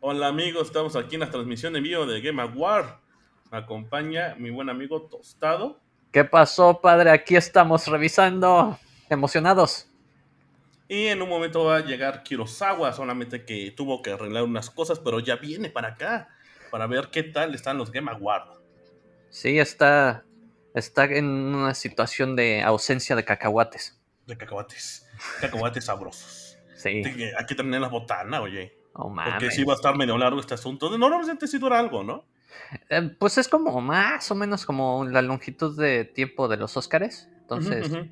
Hola amigos, estamos aquí en la transmisión en vivo de Game Award. Me acompaña mi buen amigo Tostado. ¿Qué pasó, padre? Aquí estamos revisando, emocionados. Y en un momento va a llegar Kurosawa, solamente que tuvo que arreglar unas cosas, pero ya viene para acá para ver qué tal están los Game Award. Sí, está, está en una situación de ausencia de cacahuates. De cacahuates. Cacahuates sabrosos. Sí. Te- Hay que tener la botana, oye. Oh, Porque mames. sí va a estar medio largo este asunto. Normalmente sí dura algo, ¿no? Eh, pues es como más o menos como la longitud de tiempo de los Óscares. Entonces, Ujú, ujú.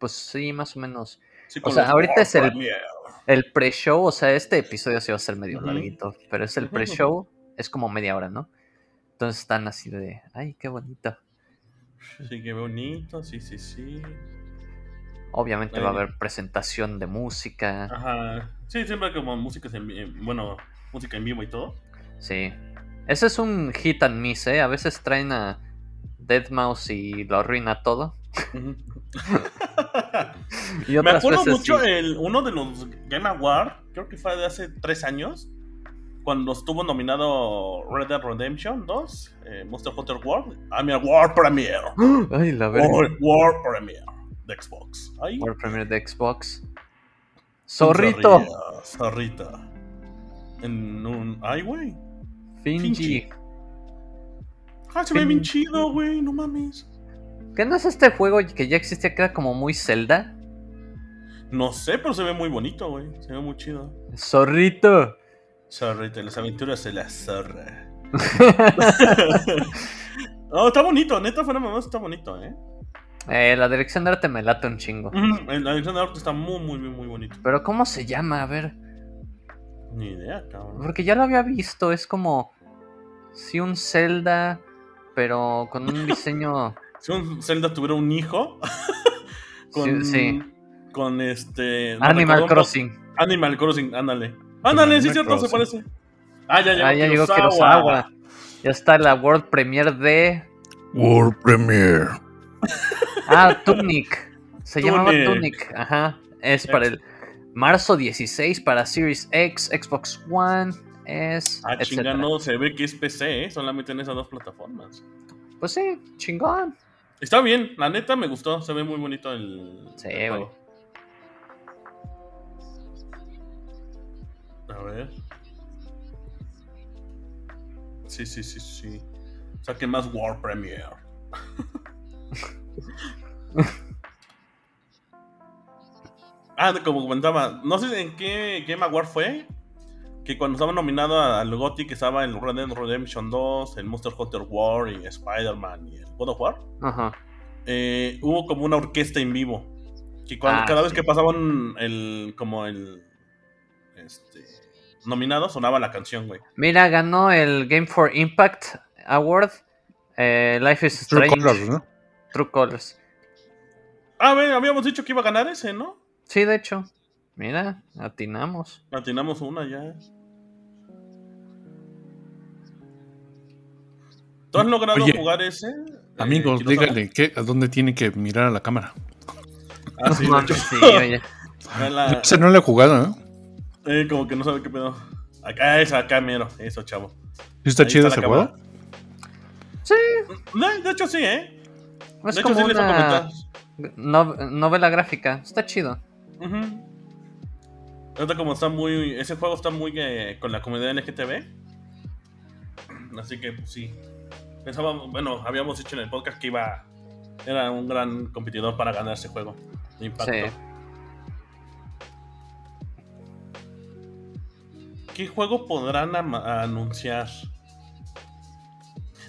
pues sí, más o menos. Sí, o con sea, los ahorita es el- World Premiere. El pre-show, o sea, este episodio sí va a ser medio Ujú. larguito, pero es el Ujú. pre-show, es como media hora, ¿no? Entonces están así de, ay, qué bonito. Sí, qué bonito, sí, sí, sí. Obviamente va a Ay. haber presentación de música. Ajá. Sí, siempre como músicas en vi- bueno, música en vivo y todo. Sí. Ese es un hit and miss, ¿eh? A veces traen a Deadmau5 y lo arruina todo. Ujú. Y Me otras acuerdo veces mucho sí. el, uno de los Game Award, creo que fue de hace tres años, cuando estuvo nominado Red Dead Redemption 2, eh, Monster Hunter World, a mi World Premiere. Ay, la verga. World, World Premiere de Xbox. Ay, World Premiere de Xbox. zorrilla, Zorrito. Zorrita. En un. Ay, güey. Finji. Ah, se ve Sí. bien chido, güey, no mames. ¿Qué no es este juego que ya existía que era como muy Zelda? No sé, pero se ve muy bonito, güey. Se ve muy chido. Zorrito. Zorrita, las aventuras de la zorra. no, está bonito, neta, fuera mamá, está bonito, eh. Eh, la dirección de arte me late un chingo. Ujú, El Alexander Arte está muy, muy, muy, muy bonito. Pero ¿cómo se llama? A ver. Ni idea, cabrón. Porque ya lo había visto. Es como... Sí, un Zelda, pero con un diseño... Si un Zelda tuviera un hijo. con, Sí, sí. Con este. me recordó Animal un poco- Crossing. Animal Crossing, ándale. Ándale, sí, Animal es cierto, se Crossing. parece. Ah, ya llegó. Ah, ya llegó Kurosawa. Kurosawa. Ya está la World Premiere de. World Premiere. Ah, Tunic. Se llamaba Tunic. Tunic. Ajá. Es para el marzo 16 para Series X, Xbox One, S, Ah, etcétera. chingano, se ve que es PC, ¿eh? solamente en esas dos plataformas. Pues sí, chingón. Está bien, la neta me gustó, se ve muy bonito el. Sí, el juego. A ver. Sí, sí, sí, sí. Saque más War Premiere. ah, de- como comentaba, no sé en qué Game Award fue. Que cuando estaba nominado a- al GOTY que estaba el Red Dead Redemption 2, el Monster Hunter War y Spider-Man y el God of War Ajá. eh, hubo como una orquesta en vivo. Que cuando- Ah, cada vez sí. que pasaban el. como el. Este. Nominado, sonaba la canción, güey. Mira, ganó el Game for Impact Award. eh, Life is True Strange. Colors, ¿no? True Colors. Ah, ver, habíamos dicho que iba a ganar ese, ¿no? Sí, de hecho. Mira, atinamos. Atinamos una ya. ¿Tú has logrado Oye, jugar ese? eh, Amigos, Kirosawa? díganle qué- a dónde tiene que mirar a la cámara. Ah, sí, de No mames, hecho, sí, oye. en la- Ese no lo he jugado, ¿no? eh, como que no sabe qué pedo. Acá ah, es, acá mero, eso, chavo. Sí está Ahí chido está la ese juego. Sí, No, de hecho, sí, ¿eh? es de hecho, como sí les voy a una. comentar. No- novela gráfica. Está chido. Ujú. Ahorita como está muy... Ese juego está muy eh, con la comunidad LGTB. Así que, pues sí. Pensábamos... Bueno, habíamos dicho en el podcast que iba... Era un gran competidor para ganar ese juego. de Impacto. Sí. ¿Qué juego podrán ama- anunciar?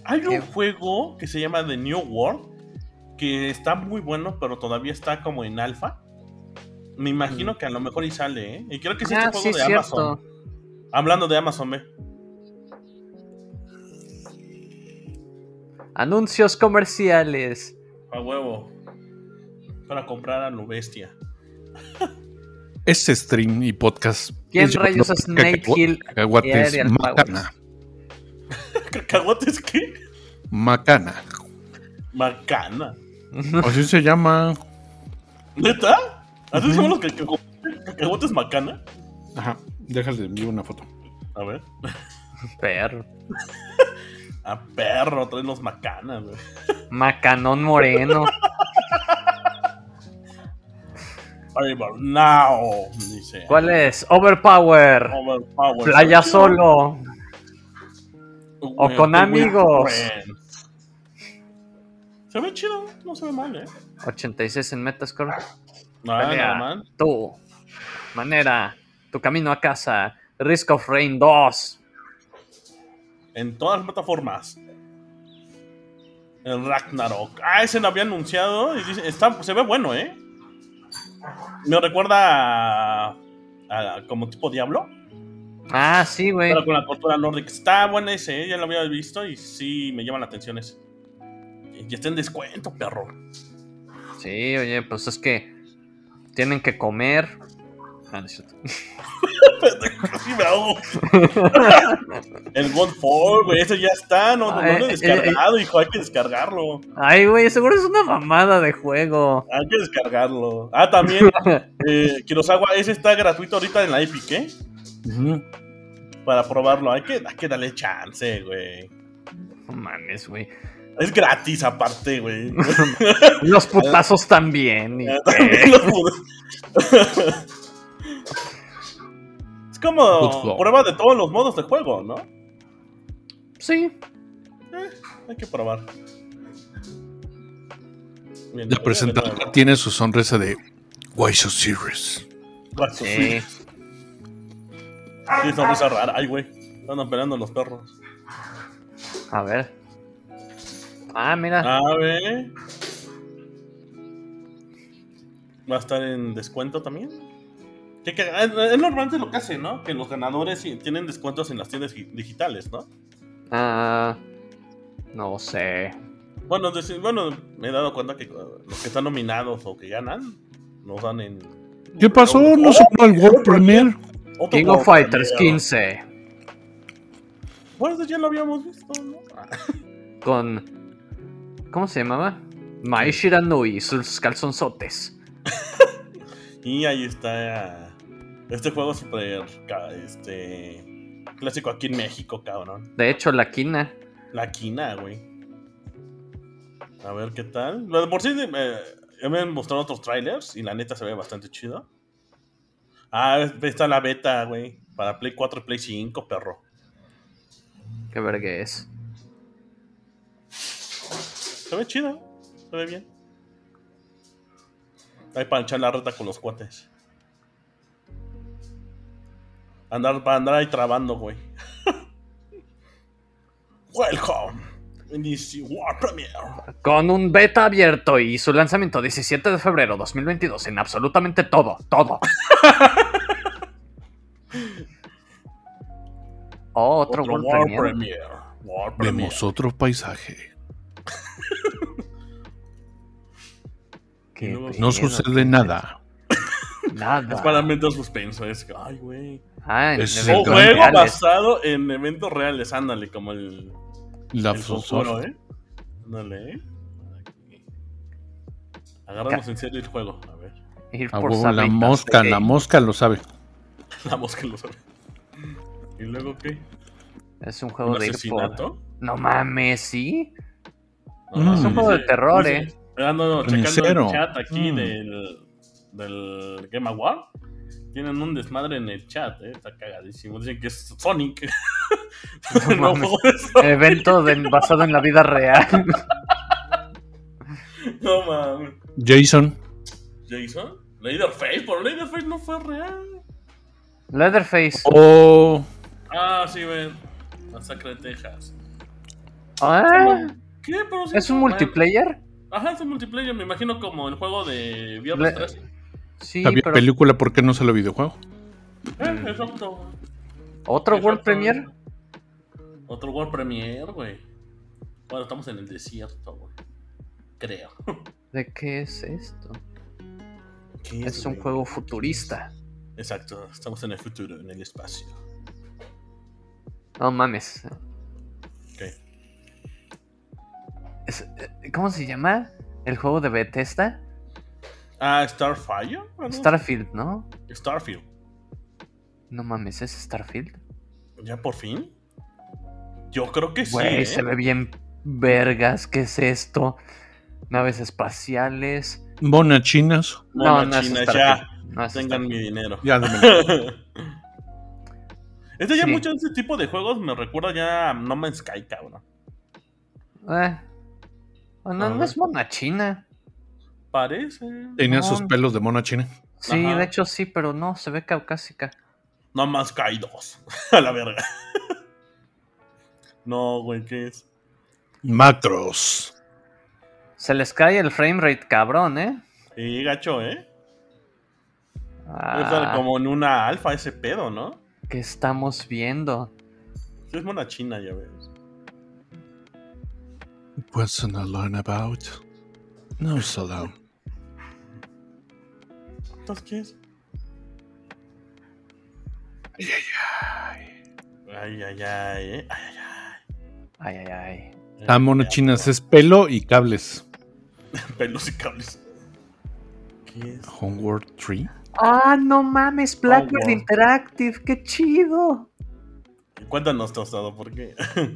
Hay ¿Qué? un juego que se llama The New World que está muy bueno, pero todavía está como en alfa. Me imagino que a lo mejor y sale, ¿eh? Y creo que es este Ah, juego sí, de cierto. Amazon. Hablando de Amazon, ve. Anuncios comerciales. A huevo. Para comprar a lo bestia. Este stream y podcast. ¿Quién es rayos llevado es por Snake cacahu- Hill y Cacahuates. Aerial Macana. ¿Cacahuates qué? Macana. Macana. Así se llama. ¿Neta? ¿Así Ujú. somos los cacahu- cacahuates macana? Ajá. Déjale envío una foto. A A ver. Perro. A perro, traen los macanas, güey. Macanón moreno. Fireball, now. Dice. ¿Cuál es? Overpower. Overpower. Playa solo. o With- con with amigos. friends. Se ve chido, no se ve mal, eh. 86 en Metascore. No, Pelea. Ah, nada mal. Tú. Manera. Tu camino a casa. Risk of Rain 2. En todas las plataformas. El Ragnarok. Ah, ese lo había anunciado. Y dice, está, se ve bueno, ¿eh? Me recuerda a, a- como tipo Diablo. Ah, sí, güey. Pero con la cultura nórdica. Está bueno ese, ¿eh? ya lo había visto y sí me llama la atención ese. Y y está en descuento, perro. Sí, oye, pues es que tienen que comer. Ah, no es cierto. Casi me ahogo. El Godfall, güey, ese ya está. No, no, no lo he Ah, eh, eh, descargado, hijo. Hay que descargarlo. Ay, güey, seguro es una mamada de juego. Hay que descargarlo. Ah, también, eh, Kurosawa, ese está gratuito ahorita en la Epic, ¿eh? Ujú. Para probarlo. Hay que, hay que darle chance, güey. No mames, güey. Es gratis aparte, güey. Los putazos también. y- También los pude- es como Football. prueba de todos los modos de juego, ¿no? Sí. Hay que probar. Bien, La presentadora tiene su sonrisa de Why so serious? Guaso, Sí, Sí. sí, sonrisa rara. Ay, güey. Están peleando los perros. A ver. Ah, mira. A ver. Va a estar en descuento también. Que- que- es es normalmente lo que hace, ¿no? Que los ganadores sí tienen descuentos en las tiendas gi- digitales, ¿no? Ah, no sé. Bueno, es decir, bueno, me he dado cuenta que eh, los que están nominados o que ganan, nos dan en. ¿Qué pasó? ¿No sonó el World Premier? Otro King of World Fighters Premiere. 15. Bueno, eso ya lo habíamos visto, ¿no? Ah, Con. ¿Cómo se llamaba? Mai Shiranui y sus calzonzotes. Y ahí está. Este juego super ca- este, clásico aquí en México, cabrón. De hecho, la quina. La quina, güey. A ver qué tal. Lo de Por sí, eh, ya me han mostrado otros trailers y la neta se ve bastante chido. Ah, está la beta, güey. Para Play 4 y Play 5, perro. Qué verga es. Se ve chido, se ve bien. Ahí para echar la reta con los cuates. Andar para andar ahí trabando, güey. Welcome. In this War Premiere. Con un beta abierto y su lanzamiento 17 de febrero 2022 en absolutamente todo, todo. Oh, otro, World War Premiere. Premiere. War Premiere. Vemos otro paisaje. Qué Y luego- No pedo, sucede nada. Nada. Es para meter suspenso. Es que, ay, güey. Ah, en Es eventos O Eventos juego reales. basado en eventos reales. Ándale, como el, La el futuro, ¿eh? Ándale, ¿eh? Agarramos en serio el juego. A ver. Ir A por huevo, la sabritas, mosca, eh. la mosca lo sabe. La mosca lo sabe. ¿Y luego qué? Es un juego ¿Un de ir por. asesinato? No mames, sí. Mm. Es un juego de terror, eh. Ah, no, no, checando Carnicero. el chat aquí Mm. del, del Game Award. Tienen un desmadre en el chat, eh. Está cagadísimo. Dicen que es Sonic. No No, mames. juego de Sonic, Evento de- basado en la vida real. no mames. Jason, ¿Jason? Leatherface, pero Leatherface no fue real. Leatherface. o Ah, sí, ven. Masacre de Texas. Ah, ¿Qué? Pero sí ¿Es un fue real. multiplayer? Ajá, es un multiplayer. Me imagino como el juego de Viernes Le- Mm. 13. Sí, la vi- pero. película, ¿por qué no sale videojuego? Eh, exacto. ¿Otro World Exacto. Premiere? Otro World Premiere, güey. Bueno, estamos en el desierto, güey. Creo. ¿De qué es esto? Es un juego futurista. Exacto, estamos en el futuro, en el espacio. No mames. Ok. Es- eh, ¿Cómo se llama? ¿El juego de Bethesda? Ah, Starfire? ¿o no? Starfield, ¿no? Starfield. No mames, ¿es Starfield? ¿Ya por fin? Yo creo que sí. Güey, ¿eh? se ve bien vergas. ¿Qué es esto? Naves espaciales. Bonachinas. Mona no, no es china, Starfield, ya. No es Tengan mi Starfield. dinero. Ya, dámelo. Este ya Sí. mucho de este tipo de juegos me recuerda ya a No Man's Sky, cabrón. Eh. Bueno, A no ver. es mona china. Parece. Tenía sus pelos de mona china. Sí, Ajá. de hecho sí, pero no, se ve caucásica. No Man's Sky 2. a la verga. no, güey, ¿qué es? Macros. Se les cae el frame rate cabrón, ¿eh? Sí, gacho, ¿eh? Debe estar Ah, como en una alfa ese pedo, ¿no? ¿Qué estamos viendo? Sí, es mona china, ya ves. Wasn't alone about. No it's alone. Entonces, ¿qué es? Ay, Ay, ay, ay, ay, ¿eh? Ay, ay, Ay, ay, ay. ay. La Ah, mona china es pelo y cables. Pelos y cables. ¿Qué es? Homeworld 3. Ah, no mames, Blackbird Oh, wow. Interactive, qué chido. Cuéntanos, Tostado, ¿por qué?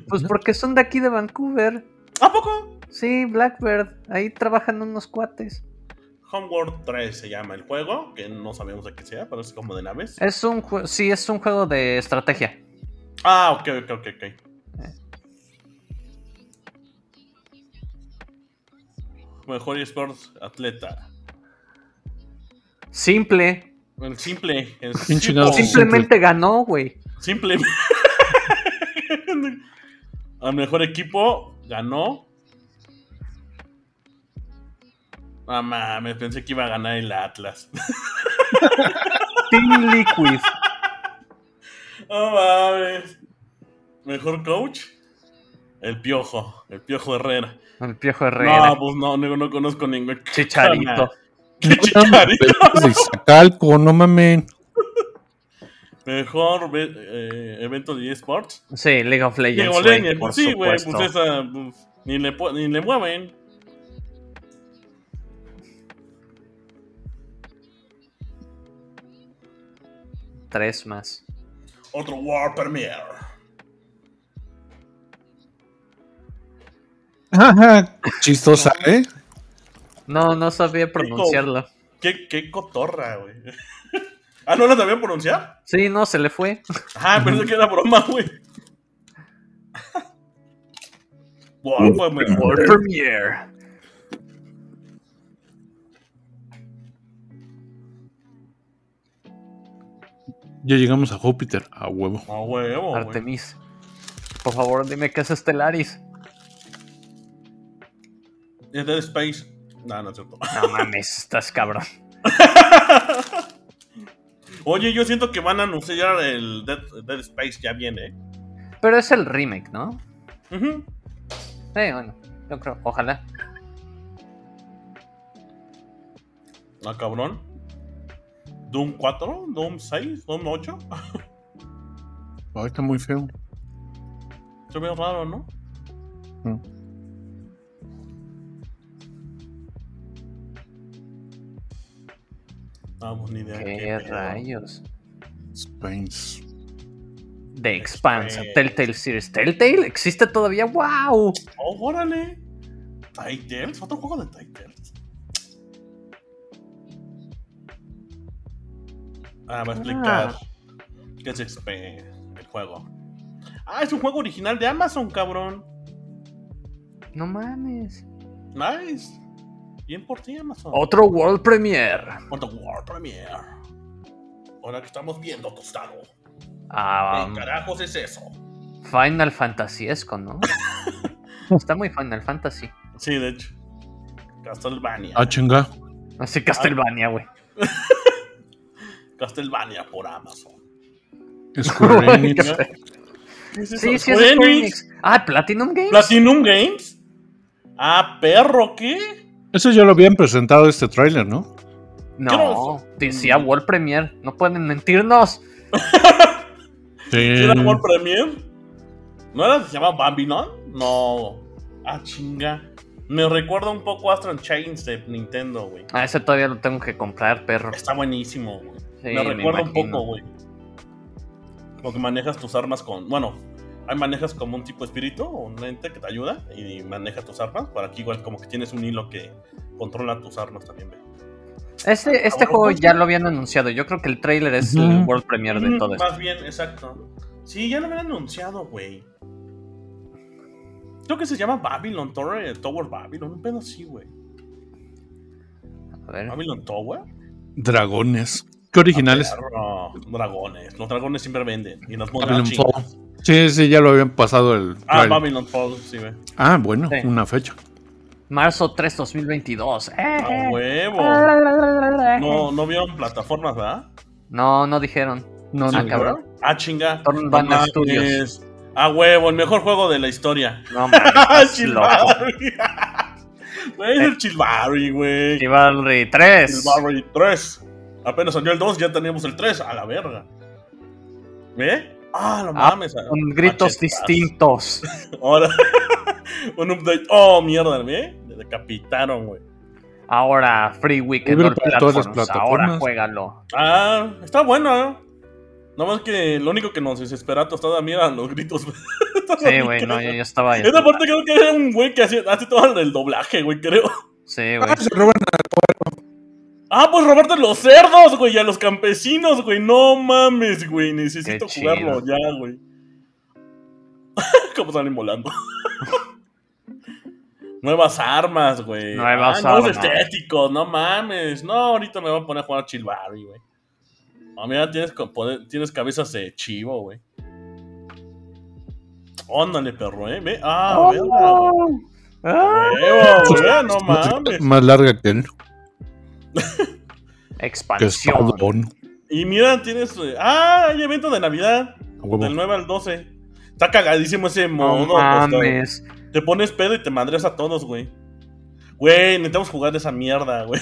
Pues porque son de aquí de Vancouver. ¿A poco? Sí, Blackbird, ahí trabajan unos cuates. Homeworld 3 se llama el juego, que no sabemos de qué sea, pero es como de naves. Es un juego, sí, es un juego de estrategia. Ah, ok, ok, ok, ok. Mejor esports atleta. Simple. El simple, el ¿Quién simple. chingados? Simple. Simplemente ganó, güey. Simple. Al mejor equipo ganó. Ah, mames, pensé que iba a ganar el Atlas. Team Liquid. No mames. Mejor coach, el Piojo, el Piojo Herrera. El Piojo Herrera. No, pues no, no, no conozco ningún Chicharito. ¿Qué chicharito? De Izacalco, no mamen. Mejor ve- eh, evento de esports. Sí, League of Legends. Diego güey, Leña, por pues sí, güey, pues supuesto. esa, pues, ni, le, pu- ni le mueven. Tres más. Otro War Premier. Ajá, Chistosa, ¿eh? No, no sabía pronunciarlo. Qué, qué cotorra, güey. ah, ¿no la sabían pronunciar? Sí, no, se le fue. Ah, pensé que era broma, güey. War Premier. World Premiere. Ya llegamos a Júpiter, a huevo. A huevo, Oh, güey. Artemis. Por favor, dime qué es Estelaris. Es Dead Space. No, no es cierto. No mames, estás cabrón. Oye, yo siento que van a anunciar el Dead, Dead Space ya viene. ¿eh? Pero es el remake, ¿no? Ujú. Sí, bueno, yo creo, ojalá. Ah, cabrón. Doom 4, Doom 6, Doom 8. Ay, está muy feo. Se ve raro, ¿no? Mm. Ah, pues ni idea. Qué, pedo. rayos. Spains. The Expanse, Expanse. Telltale Series. Telltale existe todavía, wow. Oh, órale. Titles, otro juego de Titles. Ah, va a explicar qué es este, el juego. Ah, es un juego original de Amazon, cabrón. No mames. Nice. Bien por ti, Amazon. Otro World Premiere. Por the World Premiere. Ahora que estamos viendo, tostado. Ah, ¿Qué carajos es eso? Final Fantasyesco, ¿no? Está muy Final Fantasy. Sí, de hecho. Castlevania. Ah, chinga. Así Castlevania, güey. Castlevania por Amazon. Square Enix. ¿Qué es Sí, eso? sí, es Square Square Enix. Ah, Platinum Games. Platinum Games. Ah, perro, ¿qué? Eso ya lo habían presentado este tráiler, ¿no? no, decía World Premiere. No pueden mentirnos. Sí. ¿Era World Premier? ¿No era? ¿Se llama Babylon? No. Ah, chinga. Me recuerda un poco a Astro Chains de Nintendo, güey. Ah, ese todavía lo tengo que comprar, perro. Está buenísimo, güey. Sí, me me recuerda un imagino. poco, güey. Porque manejas tus armas con. Bueno, ahí manejas como un tipo de espíritu o un ente que te ayuda y maneja tus armas. Por aquí, igual, como que tienes un hilo que controla tus armas también, ve. Este, este juego ya lo habían anunciado. Yo creo que el trailer es el Ujú. world premiere de Mm, todo esto. Más bien, exacto. Sí, ya lo habían anunciado, güey. Creo que se llama Babylon Tower, eh, Tower Babylon, un pedo así, güey. A ver. Babylon Tower. Dragones. ¿Qué originales? Perro, dragones. Los dragones siempre venden. Y las monedas Babylon chinas. Fall. Sí, sí, ya lo habían pasado el. Ah, el- Babylon Fall, sí, güey. Ah, bueno, Sí. una fecha. Marzo 3, 2022. Ah, A ¡Eh! huevo. No, no vieron plataformas, ¿verdad? No, no dijeron. No, Sí, Ah, no. cabrón. ¿verdad? Ah, chinga. Torn Banner No Studios. mames. Ah, huevo, el mejor juego de la historia. No, man, estás loco. Chilbari. Güey, es el Chilbari, güey. Chivalry 3. Chilbari 3. Apenas salió el 2, ya teníamos el 3. A la verga. ¿Eh? Ah, no Ah, mames. a- Con gritos machetazos. distintos. Ahora, un update. Oh, mierda, ¿eh? Le decapitaron, güey. Ahora, Free Weekend. Libre all para todas las platforms. plataformas. Ahora, juégalo. Ah, está bueno, ¿eh? Nada más que lo único que nos desespera tostada mira los gritos. Sí, güey, no, yo, yo estaba ahí. Esa parte creo que era un güey que hacía- hace todo el doblaje, güey, creo. Sí, güey. Ah, se roban a- Ah, pues robarte los cerdos, güey, y a los campesinos, güey. No mames, güey. Necesito Qué chido. jugarlo ya, güey. ¿Cómo salen volando? Nuevas armas, güey. Nuevas Ah, Nuevos armas. estéticos, no mames. No, ahorita me voy a poner a jugar Chilbari, güey. A mí ya tienes, co- poder- tienes cabezas de chivo, güey. Óndale, perro, eh. Ve- Ah, Oh. verga, güey. Ah. Huevo, güey, no mames. Más larga que él. Que Expansión. espadón. Y mira, tienes. eh, Ah, hay evento de Navidad. A huevo. Del 9 al 12. Está cagadísimo ese modo. No tostado. mames. te pones pedo y te madreas a todos, güey. Güey, necesitamos jugar esa mierda, güey.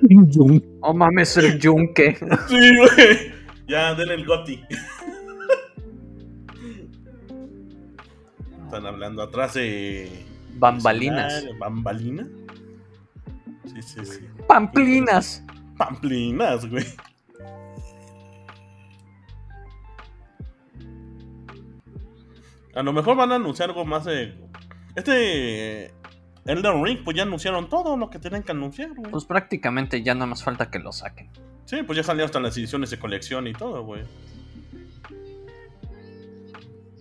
Yun. Oh mames, el yunque. Sí, güey. Ya, denle el goti. Están hablando atrás de. Bambalinas. ¿Bambalina? Sí, sí, sí. Pamplinas. Pamplinas, güey. A lo mejor van a anunciar algo más de. Este. eh, Elden Ring, pues ya anunciaron todo lo que tienen que anunciar, güey. Pues prácticamente ya nada más falta que lo saquen. Sí, pues ya salieron hasta las ediciones de colección y todo, güey.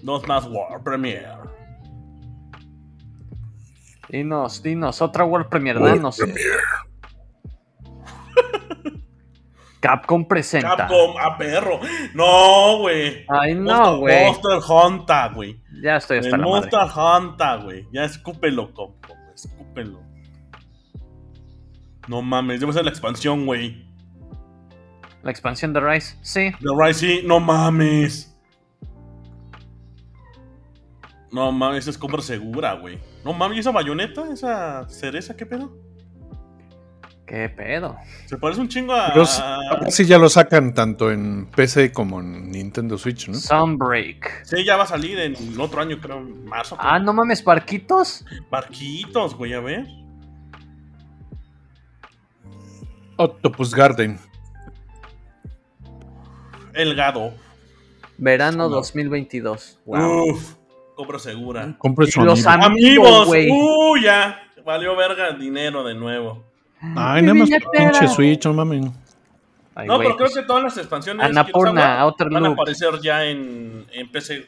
Dos más War Premiere. Dinos, dinos, otra World Premiere, World danos. Capcom presenta. Capcom a perro. No, güey. Ay, no, güey. Monster Hunter, güey. Ya estoy hasta El la madre. Monster Hunter, güey. Ya escúpelo, compo. Escúpelo. No mames, debe ser la expansión, güey. La expansión de Rise, sí. The Rise, sí, no mames. No mames, esa es compra segura, güey. No mames, ¿y esa bayoneta? ¿Esa cereza? ¿Qué pedo? ¿Qué pedo? Se parece un chingo a. Yo sí- ahora sí ya lo sacan tanto en PC como en Nintendo Switch, ¿no? Sunbreak. Sí, ya va a salir en el otro año, creo, en marzo. Ah, no mames, barquitos. Barquitos, güey, a ver. Octopus Garden. El gado. Verano No. 2022. Wow. Uf, compra segura. Compre su Y los amigo. Amigos, amigos, güey. uh, ya. Valió verga el dinero de nuevo. Ay, nada más billetera. pinche Switch, no mames. Ay, No, güey, pero creo pues, que todas las expansiones Annapurna, quién sabe, Outer van a Loop. aparecer ya en, en PC.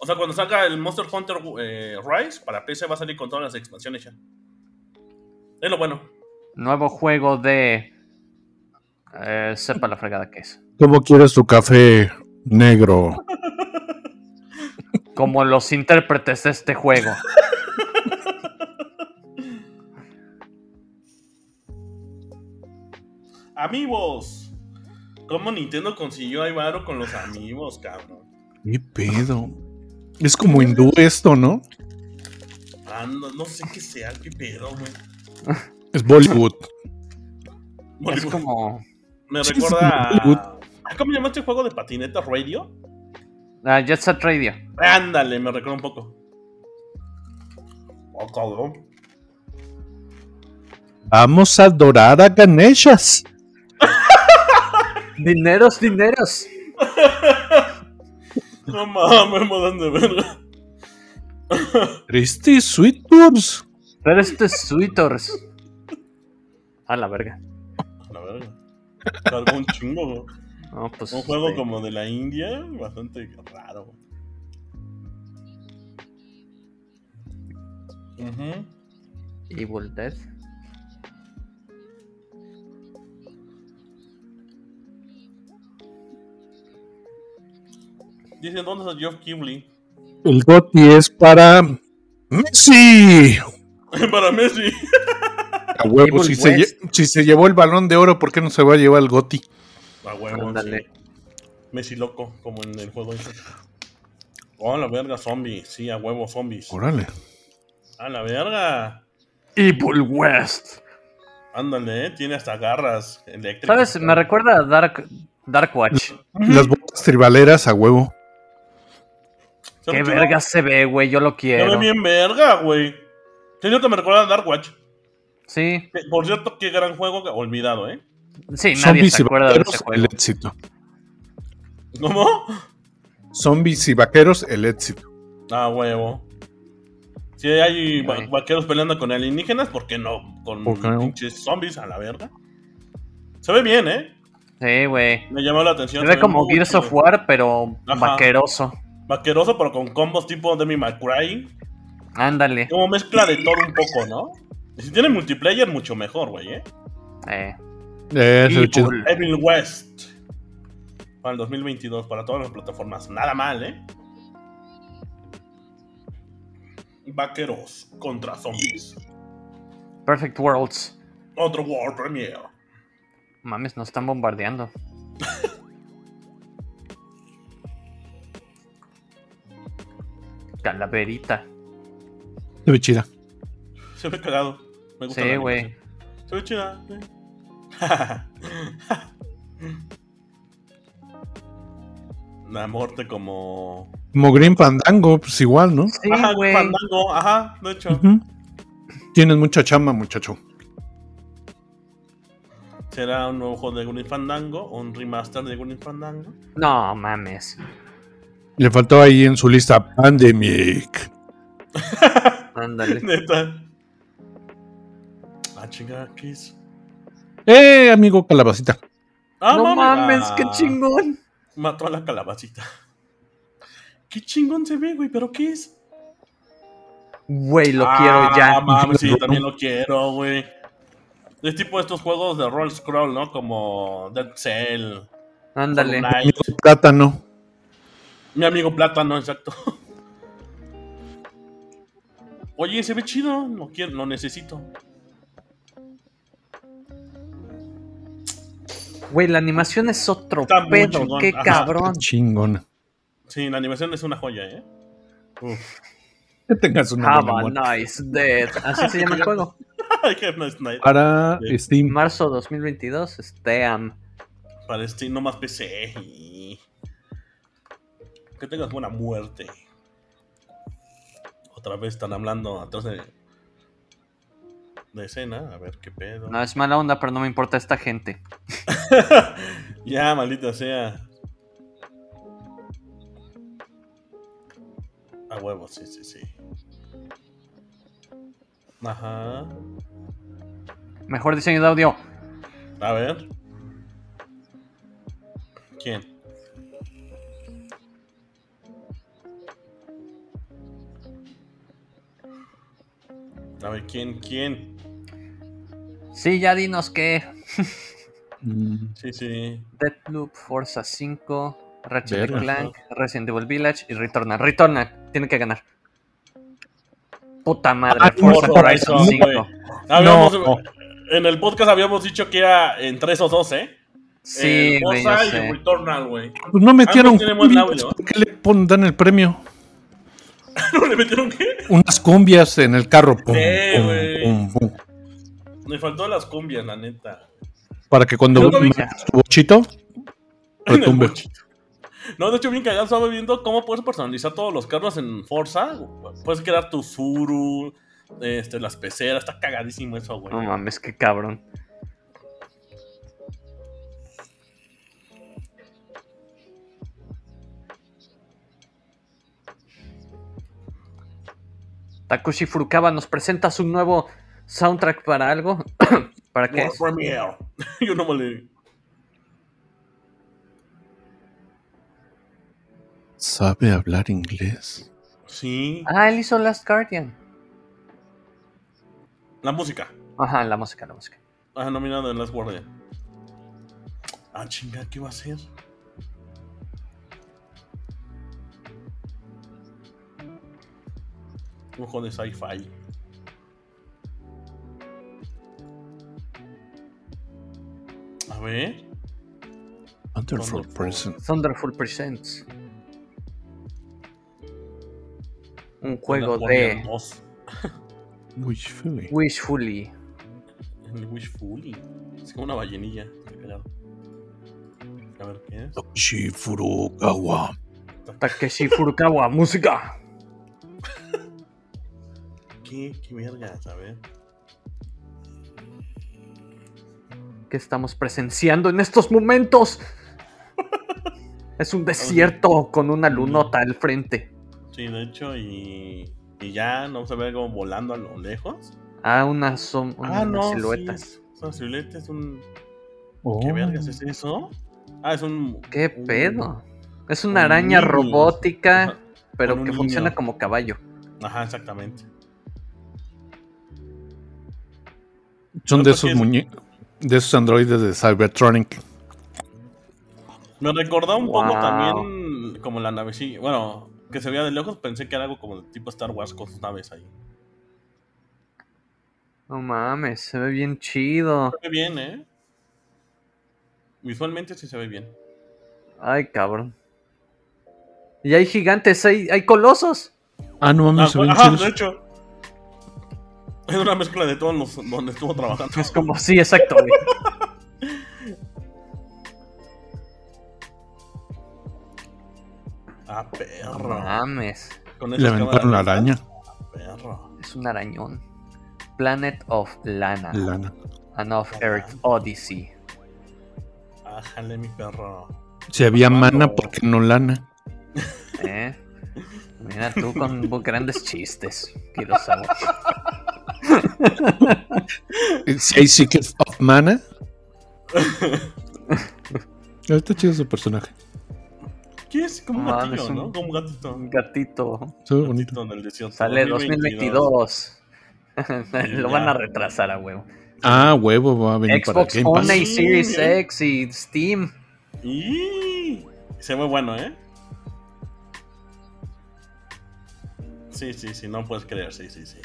O sea, cuando salga el Monster Hunter eh, Rise, para PC va a salir con todas las expansiones ya. Es lo bueno. Nuevo juego de. eh, sepa la fregada que es. ¿Cómo quieres tu café negro? Como los intérpretes de este juego. Amigos. ¿Cómo Nintendo consiguió a Ibaro con los amigos, cabrón? ¿Qué pedo? Es como hindú esto, ¿no? Ah, no, no sé qué sea, qué pedo, güey. Es Bollywood. es como. Me Sí, recuerda sí, a... Ah, ¿Cómo llama este juego de patineta radio? Ah, Jet Set Radio. Ándale, me recuerda un poco. Oh, cabrón. Vamos a adorar a Ganeshas. Dineros, dineros. No mames, modan de verga. Triste Sweet Tours. Pero este es Sweeters. A la verga. La verga. Cargo un chingo, güey. No, pues, Un juego este, como de la India, bastante raro. güey. Ujú. Evil Dead. Dice, ¿dónde está Geoff Kimbley? El GOTI es para Messi. Para Messi. A huevo, Evil si se, West. lle- si se llevó el balón de oro, ¿por qué no se va a llevar el GOTI? A huevo. Ándale. sí. Messi loco, como en el juego ese. Oh, la verga, zombie. Sí, a huevo, zombies. Órale. A la verga. Evil West. Ándale, eh, tiene hasta garras eléctricas. ¿Sabes? Me recuerda a Dark, Dark Watch. Las botas tribaleras a huevo. Se Qué me quedó- verga se ve, güey. Yo lo Se ve quiero. bien verga, güey. Sí, yo que me recuerda a Dark Watch. Sí, Que, Por cierto, qué gran juego que- olvidado, ¿eh? sí, nadie Zombies se y acuerda de vaqueros, ese el juego. éxito. ¿Cómo? Zombies y vaqueros, el éxito. Ah, huevo. Si hay va- Güey. vaqueros peleando con alienígenas, ¿por qué no? Con ¿Por qué no? pinches zombies a la verga. Se ve bien, ¿eh? Sí, güey. Me llamó la atención. Se ve ve como muy Gears of chido. War, pero Ajá. vaqueroso. Vaqueroso, pero con combos tipo Demi McCray. Ándale. Como mezcla de todo un poco, ¿no? Y Si tiene multiplayer, mucho mejor, güey, ¿eh? Eh. Eh, eso es chido. Evil. Evil West. Para el 2022, para todas las plataformas. Nada mal, ¿eh? Vaqueros contra zombies. Perfect Worlds. Otro World Premiere. Mames, nos están bombardeando. Calaverita. Se ve chida. Se ve cagado. Me gusta. Sí, la güey. animación. Se ve chida. ¿eh? La muerte como. Como Green Fandango, pues igual, ¿no? Sí, ajá, güey. Fandango, ajá, de hecho. Ujú. Tienes mucha chamba, muchacho. Será un nuevo juego de Gurren Fandango, un remaster de Gurren Fandango. No mames. Le faltó ahí en su lista Pandemic. Ándale. Neta. Ah, chinga, ¿qué es? Eh, amigo calabacita. Ah, no mames, Ah, qué chingón. Mató a la calabacita. Qué chingón se ve, güey, pero ¿qué es? Güey, lo Ah, quiero ya. Mames, sí, también lo quiero, güey. Es tipo estos juegos de roll scroll, ¿no? Como Dead Cell. Ándale. Hollow Knight. Amigo plátano. Mi amigo plátano, exacto. Oye, se ve chido. Lo quiero, lo necesito. Güey, la animación es otro Está muy pedo. chingón, Qué ajá. cabrón. Chingona. Sí, la animación es una joya, ¿eh? Que tengas una Ah, Have buena a muerte. nice death. Así se llama el juego. Ay, qué nice night. Para Sí. Steam. Marzo 2022. Steam. Para este, no más PC. Que tengas buena muerte. Otra vez están hablando atrás de. De escena, a ver qué pedo. No, es mala onda, pero no me importa esta gente. ya, maldita sea. A huevo, sí, sí, sí. Ajá. Mejor diseño de audio. A ver. ¿Quién? A ver, ¿quién? ¿Quién? Sí, ya dinos que Mm. Sí, sí. Deathloop, Forza 5, Ratchet Verga. Clank, Resident Evil Village y Returnal. Returnal, tiene que ganar. Puta madre, Ah, Forza Forza Horizon Horizon, 5. güey. Ah, Habíamos- No. En el podcast habíamos dicho que era entre esos dos, ¿eh? Sí, el güey, yo Forza y sé. el Returnal, güey. Pues no metieron. Ah, tiene buen cumbias, audio. ¿Por qué le pon- dan el premio? ¿No le metieron qué? Unas cumbias en el carro. Pum, Sí, pum, güey. pum, pum. Me faltó las cumbias, la neta. Para que Yo cuando no vi- metas tu bochito, retumbe. No, de hecho, bien cagado estaba viendo cómo puedes personalizar todos los carros en Forza. Puedes crear tu Zuru, este, las peceras. Está cagadísimo eso, güey. No mames, qué cabrón. Takushi Furukawa, ¿nos presentas un nuevo soundtrack para algo? ¿Para qué? World es? Premiere. Yo no me le- ¿Sabe hablar inglés? Sí. Ah, él hizo Last Guardian. La música. Ajá, la música, la música. Ah, nominado en Las Guardias. Ah, chinga, ¿qué va a ser? Un juego de sci-fi. A ver. Wonderful Wonderful. person. Thunderful Presents. Un juego Wonder Woman de 2, Wishfully. Wishfully. El Wishfully. Es como una ballenilla. Está cagado. A ver, ¿qué es? Takushi Furukawa. Takeshi Furukawa, música. ¿Qué? ¿Qué vergas? A ver. ¿Qué estamos presenciando en estos momentos? Es un desierto con una lunota al frente. Sí, de hecho, y, y ya no se ve como volando a lo lejos. Ah, unas, son, Ah, unas no. sí, siluetas. es una silueta, es un. Oh. ¿Qué vergas es eso? Ah, es un. ¿Qué un- pedo? Es una un araña niño. robótica, Ajá, pero con un que funciona niño. como caballo. Ajá, exactamente. Son de Creo esos que es- muñe- de esos androides de Cybertronic. Me recordó un poco Wow. también como la nave, sí. Bueno, que se veía de lejos, pensé que era algo como de tipo Star Wars con sus naves ahí. No mames, se ve bien chido. Se ve bien, ¿eh? Visualmente sí se ve bien. Ay, cabrón. Y hay gigantes, hay, hay colosos. Ah, no Ah, mames, se ven ajá, de chidos. hecho. Es una mezcla de todos los donde estuvo trabajando. Es como, sí, exacto, güey. Ah, No perro. mames, Con Le esas aventaron la cámaras, araña. Perro. es un arañón. Planet of Lana. Lana. and of Earth Odyssey. Ájale, mi perro. Si había Mano. mana, ¿por qué no lana? ¿eh? Mira tú con bu- grandes chistes, Kurosawa. Si hay Secret of Mana. Ah, Está chido su personaje. ¿Qué es? Como un Ah, gatillo, es un- ¿no? Como un gatito. Un gatito. Se ve gatito bonito. en el desierto. Sale 2022. Lo van a Ya. retrasar a huevo. Ah, huevo, va a venir para Xbox Game One Pass. y Series Sí, bien. X y Steam. Y... Se ve bueno, ¿eh? Sí, sí, sí, no puedes creer, sí, sí, sí.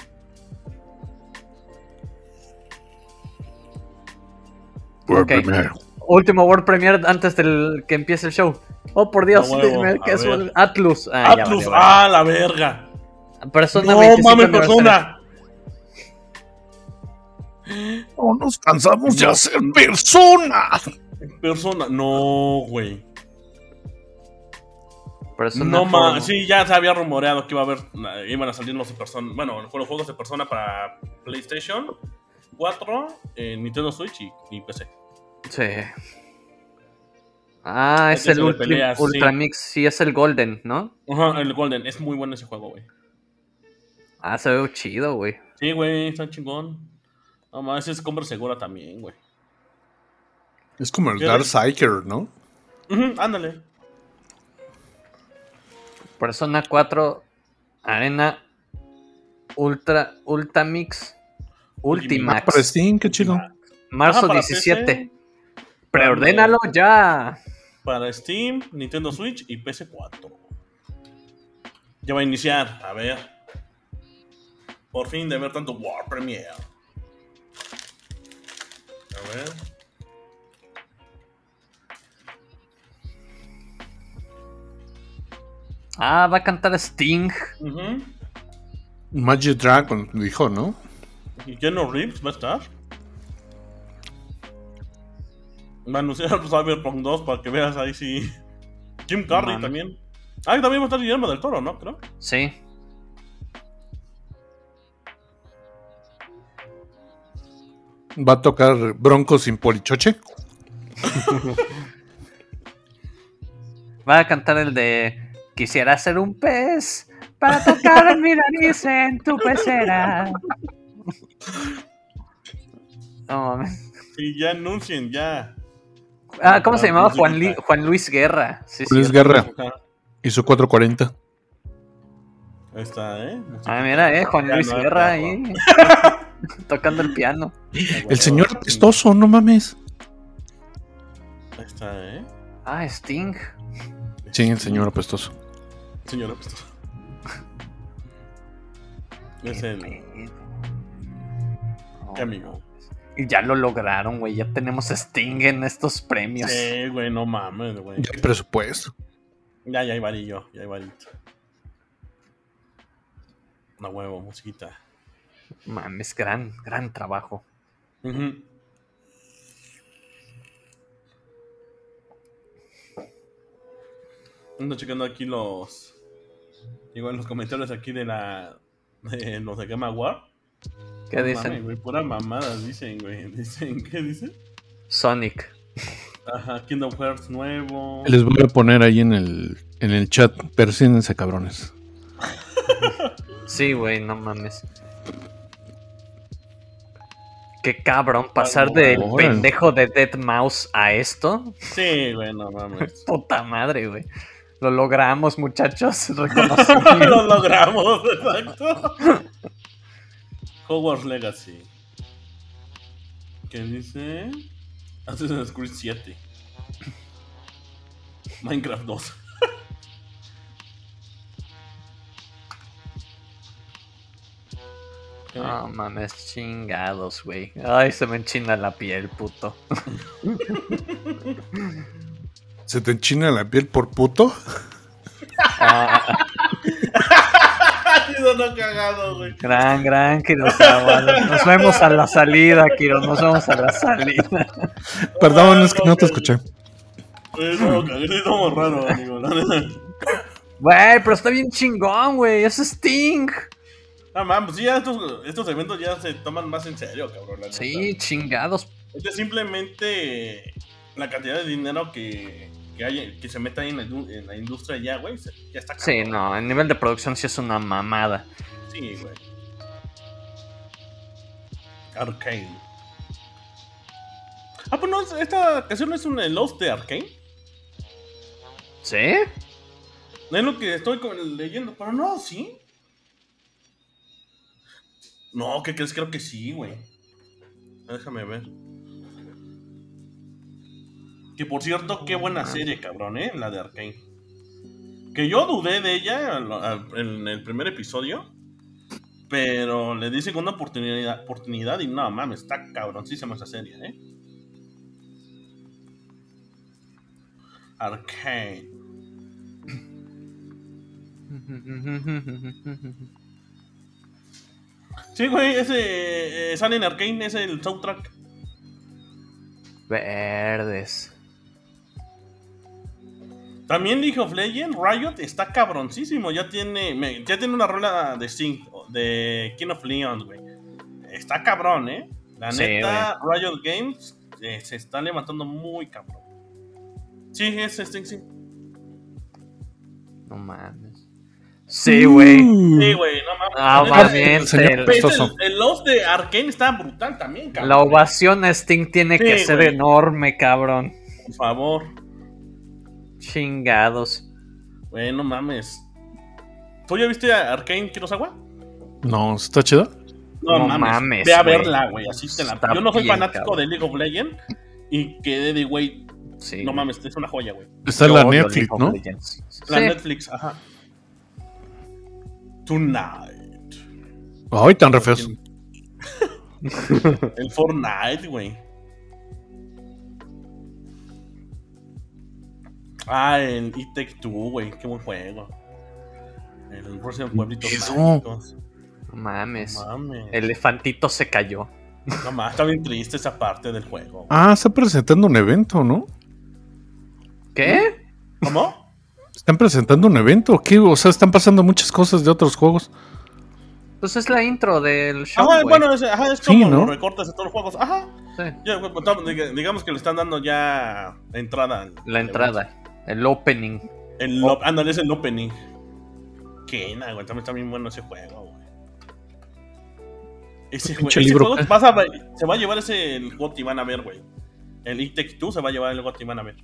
Por Ok. primero. Último World Premiere antes del que empiece el show. Oh, por Dios, A huevo, dime a que es ver. un- Atlus. Ah, ya Atlus, valió, vale. ah, la verga. Persona no 25 mames, aniversario. persona. No nos cansamos de hacer persona. Persona, no, güey. Persona No for- mames, sí, ya se había rumoreado que iba a haber, iban a salir los de persona, bueno, los juegos de persona para PlayStation 4, eh, Nintendo Switch y, y PC. Sí. Ah, es Este el es el de ulti- peleas, sí. Ultra Mix, sí, es el Golden, ¿no? Ajá, el Golden, es muy bueno ese juego, güey. Ah, se ve chido, güey. Sí, güey, está chingón. No mames, es compra segura también, güey. Es como el Yo- Dark Psyker, ¿no? Ujú, ándale. Persona 4 Arena Ultra Ultamix Ultimax. Para Ultimax. Steam, Ah, pues qué chido. Marzo Ajá, para 17. PC, Preordénalo ya. Para Steam, Nintendo Switch y PS4. Ya va a iniciar, a ver. Por fin de ver tanto War Premiere. A ver. Ah, va a cantar Sting. Ujú. Magic Dragon, dijo, ¿no? ¿Y Keanu Reeves va a estar? Va a anunciar Cyberpunk 2 para que veas ahí si. Jim Carrey Mames. también. Ah, y también va a estar Guillermo del Toro, ¿no? Creo. Sí. Va a tocar Bronco sin polichoche. Va a cantar el de Quisiera ser un pez para tocar en mi nariz en tu pecera. No mames. Sí, ya anuncien, ya. Ah, ¿cómo se llamaba? Juan, Li- Juan Luis Guerra. Sí, Luis sí. Guerra Ajá. hizo 440. Ahí está, ¿eh? Ah, mira, eh, Juan Ya Luis no es Guerra bravo. ahí. tocando el piano. El señor apestoso, no mames. Ahí está, ¿eh? Ah, Sting. Sí, el señor apestoso. Señor apestoso. Es el. No, Qué amigo. Y ya lo lograron, güey. Ya tenemos Sting en estos premios. Sí, güey, no mames, güey. Ya hay presupuesto. Ya, ya hay varillo, ya hay varito. No huevo, musiquita. Mames, gran, gran trabajo. Ujú. Ando checando aquí los. Igual los comentarios aquí de la. De los de Gamma War. ¿Qué Mame, dicen? güey, pura mamada, dicen, güey. Dicen, ¿qué dicen? Sonic. Ajá, Kingdom Hearts nuevo. Les voy a poner ahí en el, en el chat. Persínense, cabrones. Sí, güey, no mames. Qué cabrón pasar del Órale. pendejo de Dead Mouse a esto. Sí, güey, no mames. Puta madre, güey. Lo logramos, muchachos. Lo Reconocimiento. logramos, exacto. Hogwarts Legacy. ¿Qué dice? Assassin's Creed 7. Minecraft 2. Ok. No mames, chingados, güey. Ay, se me enchina la piel, puto. ¿Se te enchina la piel por puto? Ah, Ay, Ah, no, no cagado, güey. gran, gran Kurosawa. Nos vemos a la salida, Kiro. Nos vemos a la salida. Perdón, es que no te escuché. Güey, Pues, No, cagado, estamos raro, amigo. la neta. Güey, pero está bien chingón, güey. Es Sting. Ah, man, pues sí, ya estos, estos eventos ya se toman más en serio, cabrón. la neta. Sí, chingados. Este es simplemente la cantidad de dinero que, que hay, que se mete ahí en la, indu- en la industria ya, güey. se- Ya está Sí, cabrón. no, el nivel de producción sí es una mamada. Sí, güey. Arcane. Ah, pues no, es- esta canción no es un Lost de Arcane. ¿Sí? No es lo que estoy como leyendo, pero no, sí. No, ¿qué crees? Creo que sí, güey. Déjame ver. Que por cierto, qué buena serie, cabrón, ¿eh? La de Arkane. Que yo dudé de ella al- al- en el primer episodio. Pero le di segunda oportunidad, oportunidad y no mames, está cabroncísima esa serie, ¿eh? Arkane. Sí, güey, ese eh, sale en Arkane, es el soundtrack. Verdes. También League of Legends, Riot está cabroncísimo. Ya tiene, me- ya tiene una rola de Sing, de King of Leon, güey. Está cabrón, ¿eh? La Sí, neta, Riot Games eh, se está levantando muy cabrón. Sí, es Sting, sí. No mames. Sí, güey. Sí, güey, no mames. Ah, La neta, mames. Mm. señor el- ves, el, Soso. el loss de Arkane está brutal también, cabrón. La ovación a Sting tiene que Sí, ser güey. enorme, cabrón. Por favor. Chingados. Güey, no mames. ¿Tú ya viste a Arkane Kurosawa? No, ¿está chido? No, No mames. mames, Ve a güey. verla, güey. Así te la. Está Yo no soy bien, fanático cabrón. de League of Legends. Y quedé de, güey, Sí. no güey. mames, es una joya, güey. Está Yo la odio Netflix, League of ¿no? Legends. La Sí. Netflix, ajá. Tonight. Ay, tan re feos. El Fortnite, güey. Ah, el It Take Two, güey. Qué buen juego. El Russian Pueblitos Eso. Mágicos. No mames. No mames. Elefantito se cayó. No mames, está bien triste esa parte del juego. Ah, está presentando un evento, ¿no? ¿Qué? ¿Cómo? Están presentando un evento. ¿Qué? O sea, están pasando muchas cosas de otros juegos. Pues es la intro del show. Ajá, güey. ¿Mm? Ah, bueno, es, ajá, es Sí, como ¿no? los recortes de todos los juegos. Ajá. Sí. Ya, güey, pues, tam- diga- digamos que le están dando ya entrada. al- La entrada. El opening. El, op- Ándale, es el opening. Que nada, güey. También está bien bueno ese juego, güey. Ese, jue- Pinche ese libro. juego vas a ver- se va a llevar ese el GOT y van a ver, güey. El Ictec 2 se va a llevar el GOT y van a ver.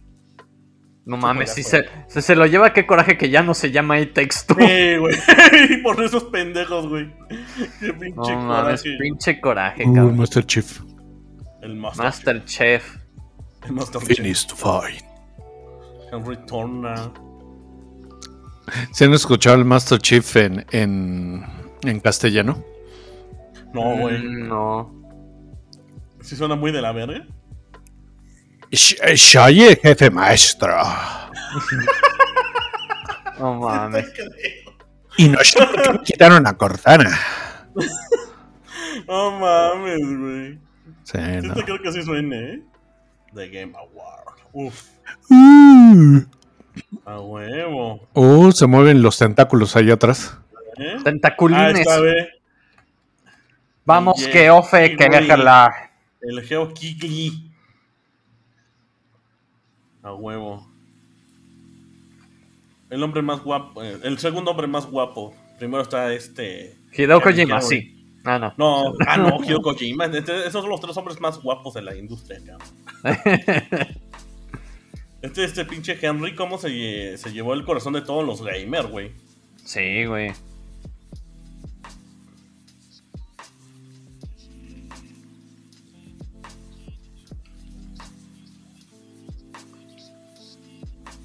No un mames, si se, juegazo. si se lo lleva, qué coraje que ya no se llama E-Text tú. Sí, güey. Por esos pendejos, güey. Qué No pinche mames, coraje. pinche coraje, Uh, cabrón. Master Chief. El Master. Masterchef. El Master Chief. Finished fight. Henry Torna. ¿Se han escuchado el Master Chief en, en, en castellano? No, güey. Mm, No. Sí suena muy de la verga. Sh- eh, Shaye, jefe maestro. No mames. Y nosotros que me quitaron a Cortana. No mames, güey. Sí, Sí no. te creo que sí suene, ¿eh? The Game Award. Uf, Uh, a huevo. oh, se mueven los tentáculos allá atrás. ¿Eh? Ah, Tentaculines. esta vez Vamos, Oye, que ofe, que güey. déjala. el Geo Kiki. A huevo. El hombre más guapo. eh, El segundo hombre más guapo. Primero está este. Hideo Ya, Kojima, ya, sí. Ah, no. No, ah, no, Hideo Kojima. Este- esos son los tres hombres más guapos de la industria, cabrón. Este, este pinche Henry, ¿cómo se, lle- se llevó el corazón de todos los gamers, güey? sí, güey.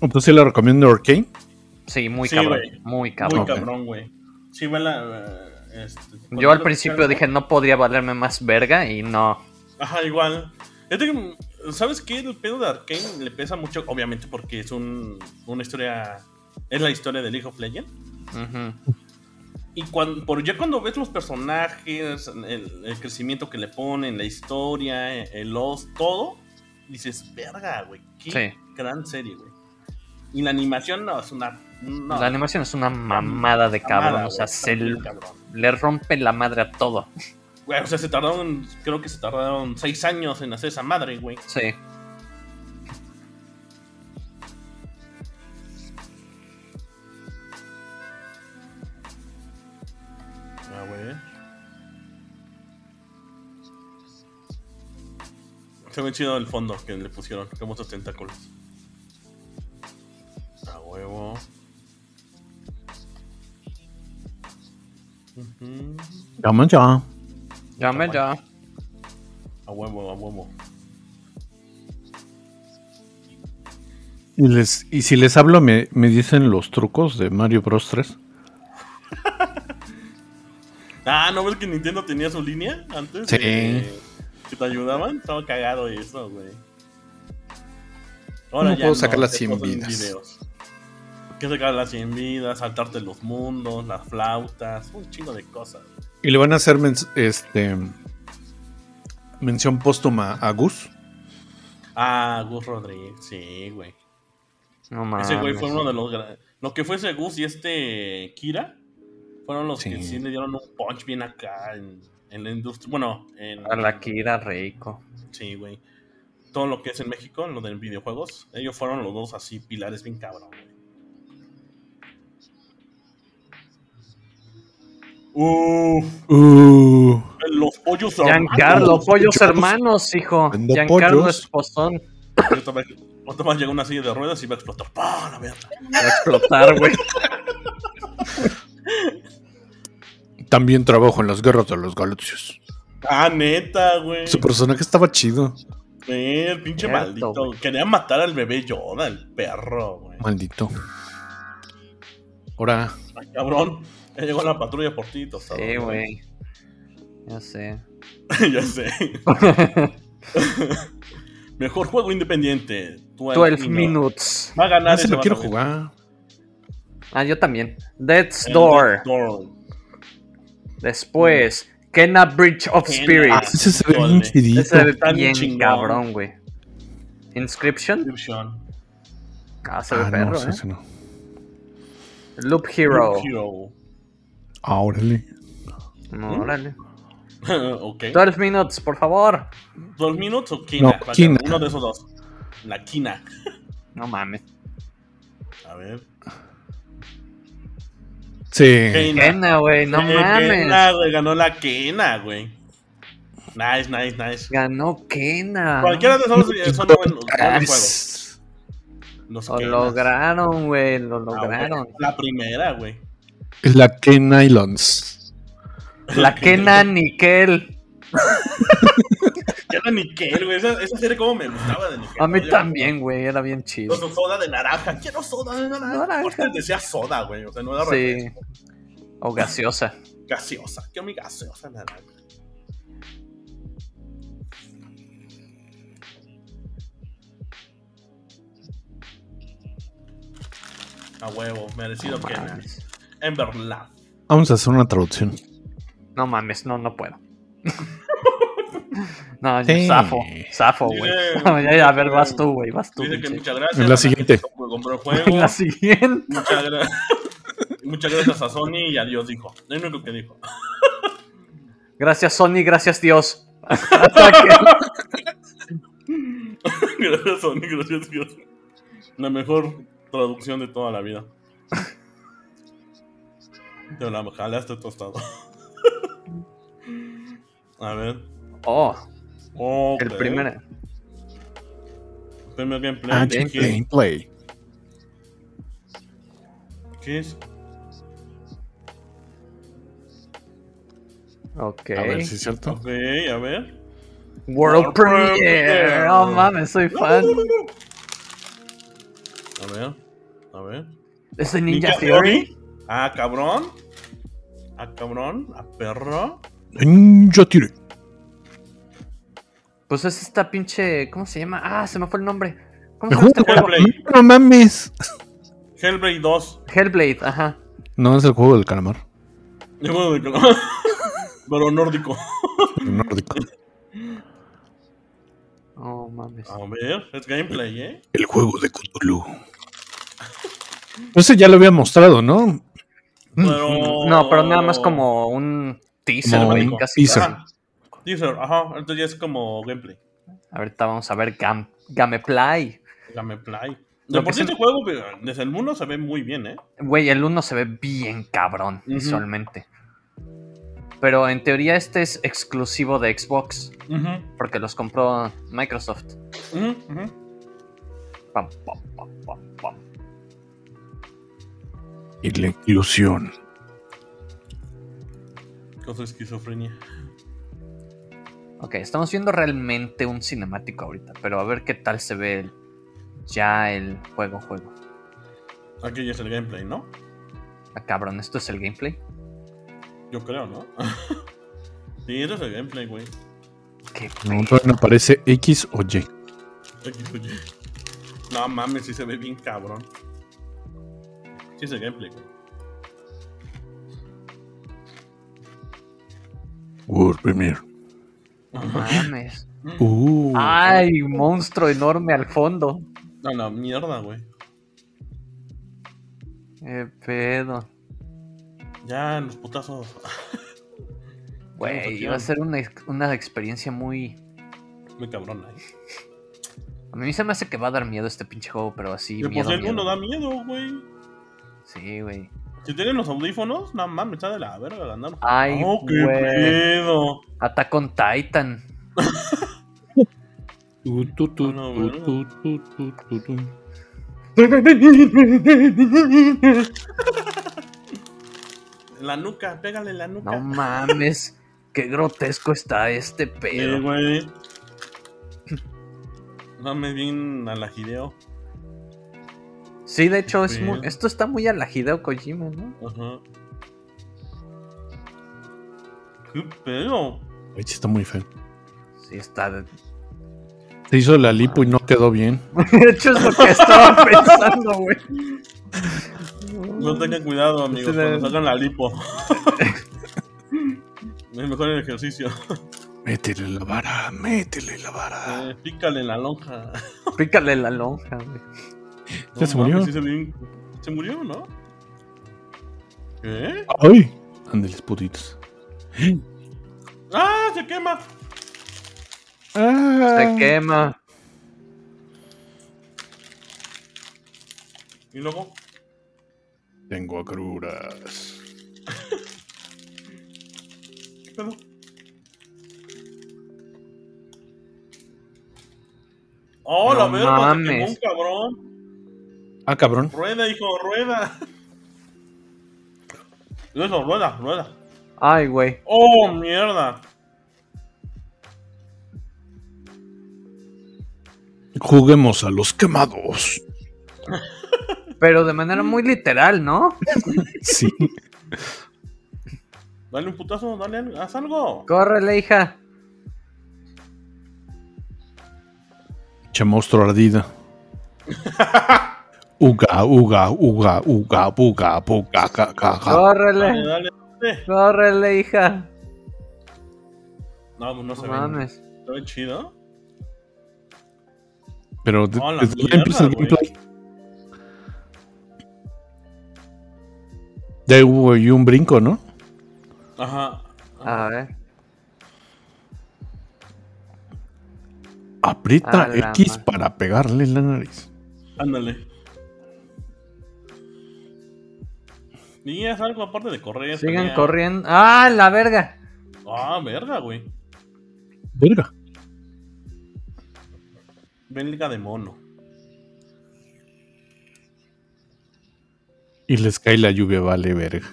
Entonces sí le recomiendo Arcane. Sí, muy Sí, cabrón. güey. Muy Muy cabrón. cabrón, güey. Sí, vela. eh, este, Yo al cuando- principio dije, no podría valerme más verga y no. Ajá, igual. Es de que, ¿Sabes qué? El pedo de Arkane le pesa mucho, obviamente, porque es un, una historia. Es la historia de League of Legends. Ujú. Y cuando, por, ya cuando ves los personajes, el, el crecimiento que le ponen, la historia, el los, todo, dices, verga, güey, qué Sí. gran serie, güey. Y la animación no, es una. no, La animación es una mamada de mamada, cabrón. o güey, sea, está se bien l- cabrón. le rompe la madre a todo. Güey, o sea, se tardaron, creo que se tardaron seis años en hacer esa madre, güey. Sí. A ver. Se ve chido el fondo que le pusieron, con muchos tentáculos. A huevo. Ujú. Vamos ya. Llame ya. A huevo, a huevo. Y, les, y si les hablo, me, me dicen los trucos de Mario Bros 3. Ah, ¿no ves que Nintendo tenía su línea antes? Sí. Eh, que te ayudaban. Estaba cagado eso, güey. No puedo sacar las te 100 ponen vidas. videos. Que sacar las 100 vidas, saltarte los mundos, las flautas, un chingo de cosas. Y le van a hacer men- este, mención póstuma a Gus. Ah, Gus Rodríguez, sí, güey. No mames. Ese güey fue uno de los gra- Lo que fue ese Gus y este Kira fueron los que Sí. sí le dieron un punch bien acá en, en la industria. Bueno, en. A la Kira Reiko. Sí, güey. Todo lo que es en México, lo de videojuegos, ellos fueron los dos así pilares bien cabrón, güey. Uf, Uh, los pollos Giancarlo, hermanos. pollos Pollos. hermanos, hijo. Vendo Giancarlo pollos. Esposón. Ahorita va- ahorita más llega una silla de ruedas y va a explotar. ¡Pah! La verga. Va a explotar, güey. también trabajo en las guerras de los galaxias. Ah, neta, güey. Su personaje estaba chido. Eh, el pinche Cierto, maldito. güey. Quería matar al bebé Yoda, el perro, güey. Maldito. Ahora, Ay, Cabrón. Ya llegó la patrulla por ti, tostado. Sí, güey. Ya sé. ya sé. Mejor juego independiente. 12, 12 minutes. Va a ganar. no se ese lo quiero vato, güey. jugar. Ah, yo también. Death's El Door. Death Door. Después, Kenna Bridge of Kenna. Ah, Spirits. ese se ve bien Ese chidito. Ese está ve bien bien chingón. cabrón, güey. Inscription. Description. Ah, se ve Ah, perro, no, sí, eh. ese no. Loop Hero. Hero. Ah, órale. No, órale. ok. 12 minutes, por favor. ¿Dos minutos o Kina? No, Vale, Kina. Uno de esos dos. La Kina. No mames. A ver. Sí. Kena, güey, Eh, no Eh, mames. Kena, güey, ganó la Kena, güey. Nice, nice, nice. Ganó Kena. Cualquiera de esos eh, son buenos, Ah, buenos juegos. Nice. Los Lo Kenas. lograron, güey, lo Ah, güey, lograron. La primera, güey. La Ken Islands. La Kena Nickel. Ya era Nickel, güey. Esa, esa serie como me gustaba de Nickel. A mí Yo- también, güey, era bien chido. Con su soda de naranja. Quiero soda de naranja. Naranja. Aparte decía soda, güey. O sea, no era Sí. refresco. O gaseosa. Gaseosa. Quiero mi gaseosa de naranja. A huevo, merecido que nada. Mames. En verdad. Vamos a hacer una traducción. No mames, no, no puedo. No, yo Sí. zafo, zafo, güey. Dice- No, ya, ya, a ver, vas tú, güey, vas tú. Dice que pinche. muchas gracias. En la a siguiente. gente que Compró el En juego. la siguiente. Muchas, gra- muchas gracias a Sony y adiós, dijo. Es lo único que dijo. Gracias, Sony, gracias, Dios. Hasta que- Gracias, Sony, gracias, Dios. La mejor traducción de toda la vida. Te la jalaste tostado. A ver. Oh, Ok. el primer. Primer gameplay. Ah, ¿Qué- gameplay. ¿Qué es? Ok. A ver si es cierto. Ok, a ver. World World Premiere. Premiere. Oh mames, soy fan. A ver. A ver. ¿Es de Ninja Theory? Ah, cabrón. Ah, cabrón. Ah, perro. Ninja Theory. Pues es esta pinche. ¿Cómo se llama? Ah, se me fue el nombre. ¿Cómo se llama este juego? Hellblade. No mames. Hellblade 2. Hellblade, ajá. No es el juego del calamar. De juego de calor. Pero nórdico. el nórdico. Oh mames. A ver, es gameplay, ¿eh? El juego de Cthulhu. Ese ya lo había mostrado, ¿no? Pero... Mm, No, pero nada más como un teaser, Como güey. un casi. teaser. Ajá. Ajá. Teaser, ajá. Entonces ya es como gameplay. Ahorita vamos a ver Gam Gameplay. Gameplay. De Lo que por sí se- este juego, pero desde el mundo se ve muy bien, ¿eh? Güey, el 1 se ve bien cabrón Ujú. visualmente. Pero en teoría este es exclusivo de Xbox. Ujú, Porque los compró Microsoft. ujú, ujú. Pam, pam, pam, pam, pam. Y la inclusión. Con su esquizofrenia. Ok, estamos viendo realmente un cinemático ahorita, pero a ver qué tal se ve el- ya el juego, juego. Aquí ya es el gameplay, ¿no? Ah, cabrón, ¿esto es el gameplay? Yo creo, ¿no? sí, eso es el gameplay, güey. ¿Qué No, todavía no aparece X o Y. Aquí, oye. No mames, sí se ve bien cabrón. Sí es el gameplay, güey. World Premiere. mames? Uh. Ah, ¡Ay, monstruo enorme al fondo! No, la mierda, güey. ¡Qué pedo! Ya, los putazos. ah, Güey, iba a ser una, ex- una experiencia muy... Muy cabrón, ¿eh? A mí se me hace que va a dar miedo este pinche juego, pero así, De por miedo, sí pues, el mundo da miedo, miedo. güey. Sí, güey. Si tienen los audífonos, no mames, está de la verga andar. Ay, oh, qué güey. pedo. Attack on Titan. Tu, tu, tu, Ah, no, tu, bueno. tu, tu, tu, tu, tu. En la nuca, pégale en la nuca. No mames, qué grotesco está este Eh, pedo. güey. Mames bien al ajideo. Sí, de hecho, es Qué muy- pedo. esto está muy al Hideo Kojima, ¿no? Ajá. Qué pedo. Ay, sí está muy feo. Sí, está. De Se hizo la lipo y no quedó bien. de hecho, es lo que estaba pensando, güey. No tengan cuidado, amigos, Sí, la- cuando salgan la lipo. es mejor el ejercicio. Métele la vara, métele la Ah. vara. Eh, pícale en la lonja. Pícale la lonja, güey. Ya mames, se murió. sí se, ve- se murió, ¿no? ¿Qué? ¡Ay! Ándeles, putitos. ¡Ah! ¡Se quema! Ah, Se quema. Y luego. Tengo agruras. ¿Qué pedo? Oh, No la verga, se quemó mames. un cabrón. Ah, cabrón. Rueda, hijo, rueda. Eso, rueda, rueda. Ay, güey. Oh, mierda. Juguemos a los quemados. Pero de manera muy literal, ¿no? Sí. Dale un putazo, dale algo, haz algo. Córrele, hija. Che monstruo ardida. Uga, uga, uga, uga, buga, buga, ca, ca, ca. Dale, Córrele. dale, dale. Córrele, hija. No, no No se ve. mames. Se ve chido. Pero de- Oh, la desde dónde mierda, empieza el güey. gameplay. De ahí hubo ahí un brinco, ¿no? Ajá. A ver. Aprieta A la X madre. para pegarle en la nariz. Ándale. Y es algo aparte de correr. Sigan pelea. corriendo. ¡Ah, la verga! Ah, verga, güey. Verga. Belga de mono. Y les cae la lluvia, vale, verga.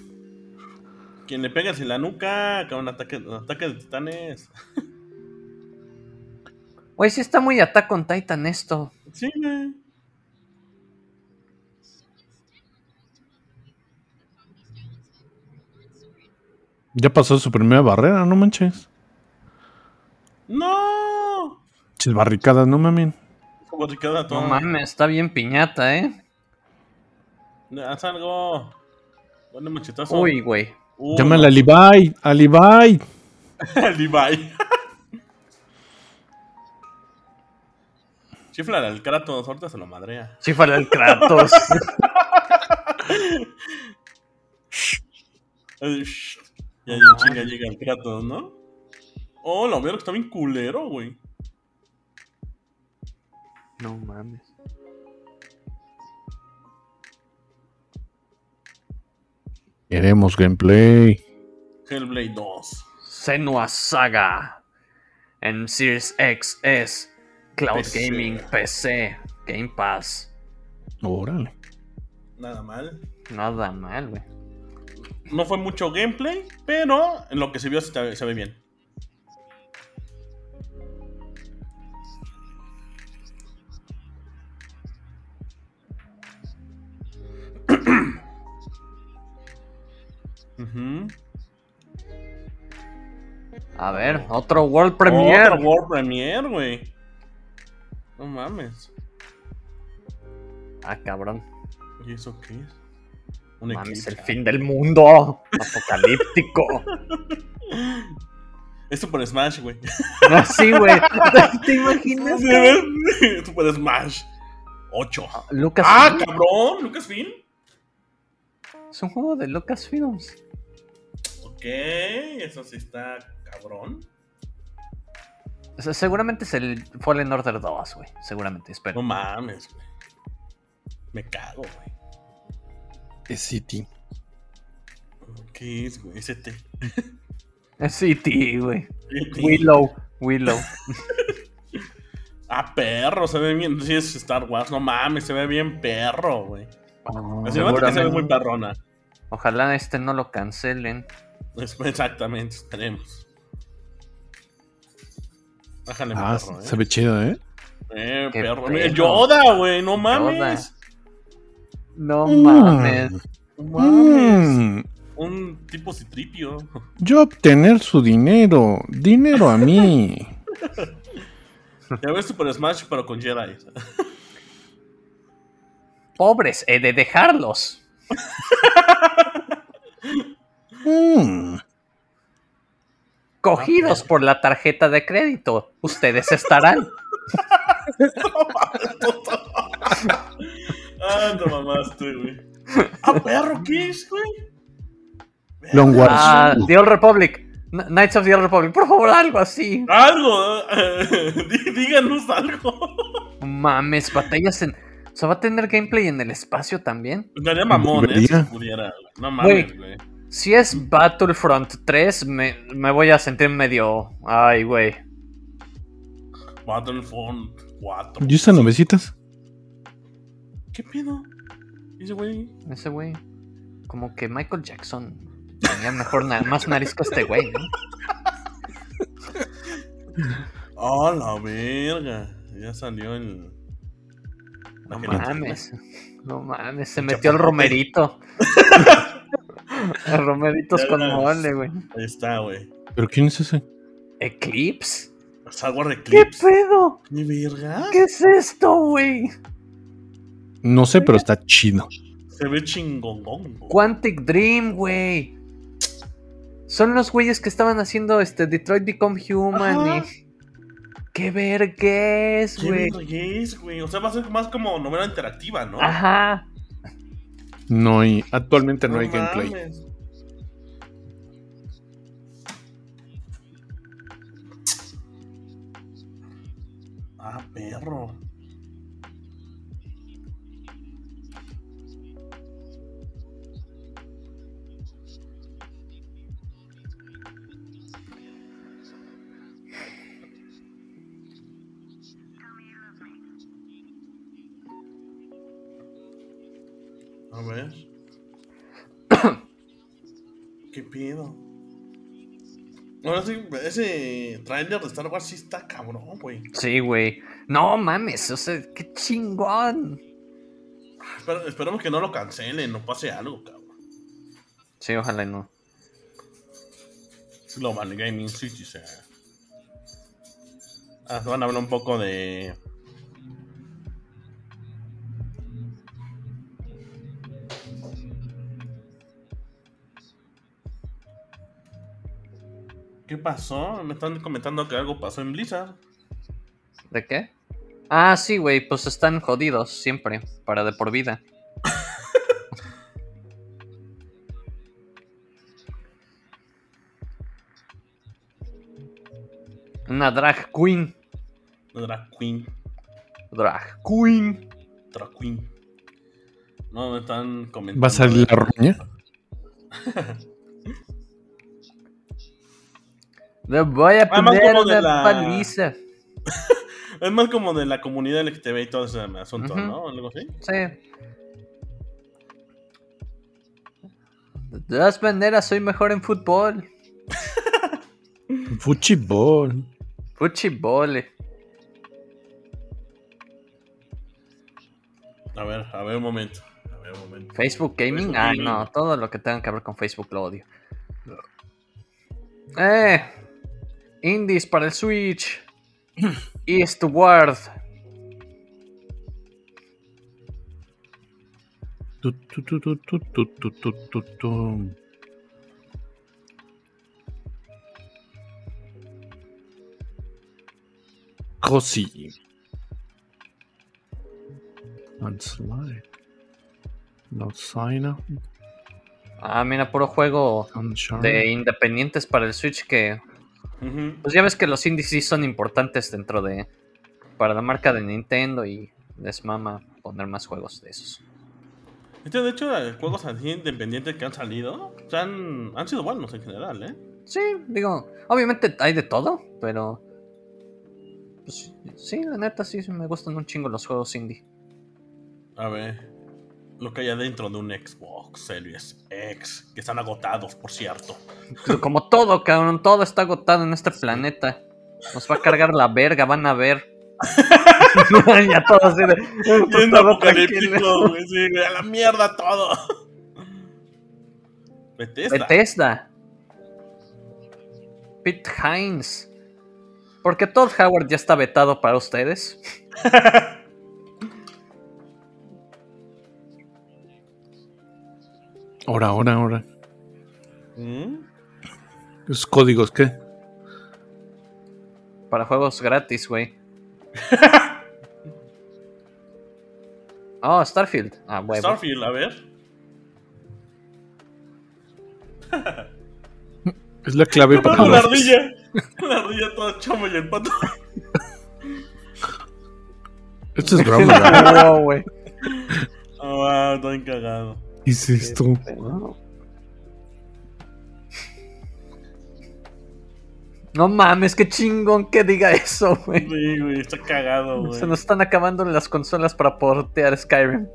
Quien le pegas en la nuca, con ataque, ataque de titanes. Güey, sí está muy Attack on Titan esto. Sí, güey. Ya pasó su primera barrera, no manches. ¡No! Chis barricadas, no mamen. Como Ricardo No Toma. mames, está bien piñata, ¿eh? Haz algo. Bueno, machetazo. Uy, güey. Uy, Llámale a Levi, a Levi. Al Levi. Chiflale al Kratos, ahorita se lo madrea. Chifale al Kratos. Ay, shh. Ya, ya, chinga, llega el Kratos, ¿no? Oh, la mierda, que está bien culero, güey. no mames. Queremos gameplay. Hellblade 2. Senua Saga. En Series XS. Cloud PC. Gaming PC. Game Pass. Órale. Nada mal. Nada mal, güey. No fue mucho gameplay, pero en lo que se vio se, te- se ve bien. Ujú. A ver, otro World Premiere. Otra World Premiere, güey. No mames. Ah, cabrón. ¿Y eso qué es? Un Mames, eclipse. el fin del mundo. Apocalíptico. Es Super Smash, güey. No, sí, güey. ¿Te imaginas? güey? Super Smash 8. Lucas. ¡Ah, cabrón! ¿Lucasfilm? es un juego de Lucasfilms. Ok, eso sí está cabrón. O sea, seguramente es el Fallen Order 2, güey. Seguramente, espero. No mames, güey. Me cago, güey. Es City. ¿Qué es, güey? ST. Es City, güey. Willow. Willow. Ah, perro, se ve bien. Sí, es Star Wars. No mames, se ve bien perro, güey. Ah, La cinemática se ve muy seguramente. perrona. Ojalá este no lo cancelen. Es- Exactamente, tenemos. Bájale, Ah, perro, eh. se ve chido, ¿eh? Eh, Qué perro. perro. El Yoda, güey, no mames. No Mm. mames. No mames. Mm, Un tipo citripio. yo obtener su dinero. Dinero a mí. Ya ves Super Smash, pero con Jedi. Pobres, he de dejarlos. Mm, Cogidos por la tarjeta de crédito. Ustedes estarán. Ah, te mamaste, güey. Ah, perro, ¿qué es, güey? Long Wars. Ah, The Old Republic. N- Knights of the Old Republic. Por favor, algo así. Algo, eh, dí- díganos algo. No Mames, batallas en. O sea, va a tener gameplay en el espacio también. Estaría mamón, eh, si Debería. pudiera. güey. No Güey. mames, güey. Si es Battlefront 3, me, me voy a sentir medio. Ay, güey. Battlefront 4. ¿Y esas novecitas? ¿Qué pedo? Ese güey. Ese güey. Como que Michael Jackson tenía mejor na- más nariz que este güey, ¿no? ¡Ah, la verga! Ya salió el. No Imagínate. mames. No mames, se metió el romerito. El romeritos Ya con ves. mole, güey. Ahí está, güey. ¿Pero quién es ese? ¿Eclipse? Salgo de ¿Qué clips. pedo? ¿Mi verga? ¿Qué es esto, güey? No sé, pero está chido. Se ve chingongón. güey. Quantic Dream, güey. Son los güeyes que estaban haciendo este Detroit Become Human Ajá. y. ¡Qué vergüenza, ¿Qué güey! verga es, güey? O sea, va a ser más como novela interactiva, ¿no? Ajá. No hay. Actualmente no, hay gameplay. mames. Ah, perro. A ver. ¿Qué pedo? Ahora sí, ese trailer de Star Wars sí está cabrón, güey. Sí, güey. No mames, o sea, qué chingón. Espera- esperemos que no lo cancelen, no pase algo, cabrón. Sí, ojalá y no. Es Global Gaming City, o sea. Ah, van a hablar un poco de. ¿Qué pasó? Me están comentando que algo pasó en Blizzard. ¿De qué? Ah, sí, güey, pues están jodidos siempre, para de por vida. Una drag queen. Drag Queen. Drag queen. Drag Queen. No, me están comentando. ¿Va a salir la roña? Le voy a Ah, más poner como de una la- paliza. Es más como de la comunidad LGTB y todo ese asunto, Ujú. ¿no? Algo así. Sí. De todas maneras, soy mejor en fútbol. Fuchibol. Fuchibole. A ver, a ver un momento. A ver un momento. Facebook Gaming, Facebook ay Gaming. no, todo lo que tenga que ver con Facebook lo odio. Eh, Indies para el Switch, Eastward, Tu, tu, tu, tu, tu, tu, tu, tu, tu, tu. Cosi. Landslide. Not sign ah mira, puro juego de independientes para el Switch que, Ujú. pues ya ves que los indies sí son importantes dentro de, para la marca de Nintendo y les mama poner más juegos de esos. Este, de hecho, los juegos así independientes que han salido o sea, han, han sido buenos en general, ¿eh? Sí, digo, obviamente hay de todo, pero... Pues, sí, la neta, sí, me gustan un chingo los juegos indie. A ver. Lo que hay adentro de un Xbox Series X, que están agotados, por cierto. Pero Como todo, cabrón, todo está agotado en este planeta. Nos va a cargar la verga, van a ver. ya todo así de. pues, Bien todo tranquilo. apocalíptico, güey, sí, güey, a la mierda todo. Bethesda. Bethesda. Pete Hines. Porque Todd Howard ya está vetado para ustedes. Ahora, ahora, ahora. ¿Mm? ¿Esos códigos qué? Para juegos gratis, güey. Oh, Starfield. Ah, huevo. Starfield, a ver. Es la clave para Con la los- ardilla. Con la ardilla toda chamo y el pato. Esto es broma, ¿verdad? No, güey. Ah, está encagado. ¿Qué es esto? No mames, qué chingón que diga eso, güey. Sí, güey, está cagado, güey. Se nos están acabando las consolas para portear Skyrim.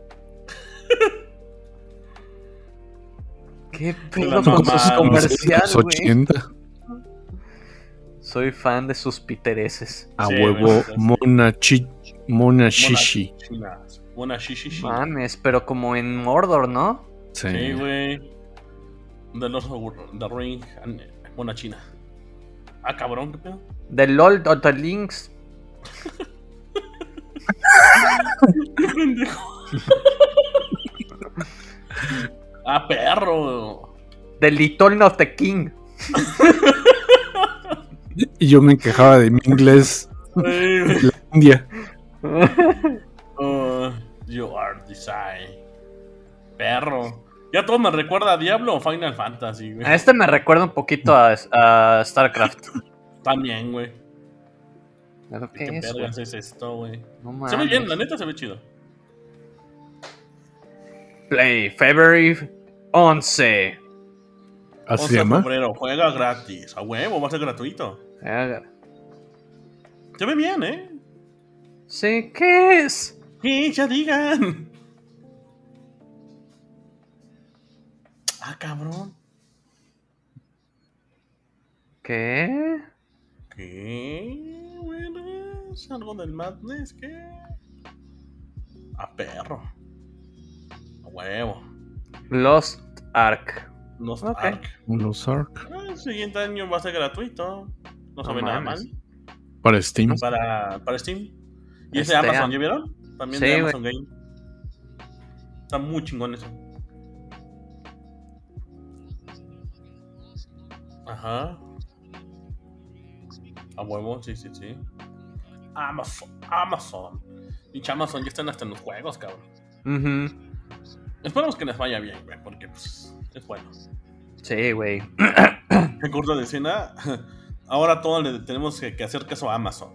qué La pedo con mamá, sus no sé, comerciales, Los güey. 80. Soy fan de sus pitereces. A Sí, huevo, güey, sí. Mona, chi, Mona Shishi. China. Buena shishi shi. Mames, pero como en Mordor, ¿no? Sí. Sí, güey. The Lord of the Ring. and- Buena China. Ah, cabrón, qué pedo. The LOL o The Links. Qué pendejo. ah, perro. The Little of the King. Y yo me quejaba de mi inglés Sí, güey. india. Uh, you are design. Perro. Ya todo me recuerda a Diablo o Final Fantasy, güey. A este me recuerda un poquito a, a StarCraft. También, güey. Claro que ¿Qué, es, güey. vergas es esto, güey? No Se ve mames. bien, la neta se ve chido. Play February 11. Así 11 se de llama. febrero, juega gratis. A huevo, va a ser gratuito. Ah, Se ve bien, ¿eh? Sí, ¿qué es? Sí, ya digan. Ah, cabrón. ¿Qué? ¿Qué? Buenas. ¿Algo del Madness? ¿Qué? A perro. A huevo. Lost Ark. No está Ok. Ark. Los Ark. Ah, El siguiente año va a ser gratuito. No se No ve nada mal. mames. Para Steam. Para, para Steam. Y ese Este, de Amazon, ah. ¿ya vieron? También Sí, de güey. Amazon Game. Está muy chingón eso. Ajá. A huevo, sí, sí, sí. Amazon, Amazon. Pinche Amazon ya están hasta en los juegos, cabrón. Ujú. Esperamos que les vaya bien, güey, porque pues, es bueno. Sí, güey. En corto de escena, ahora todo le tenemos que, que hacer caso a Amazon.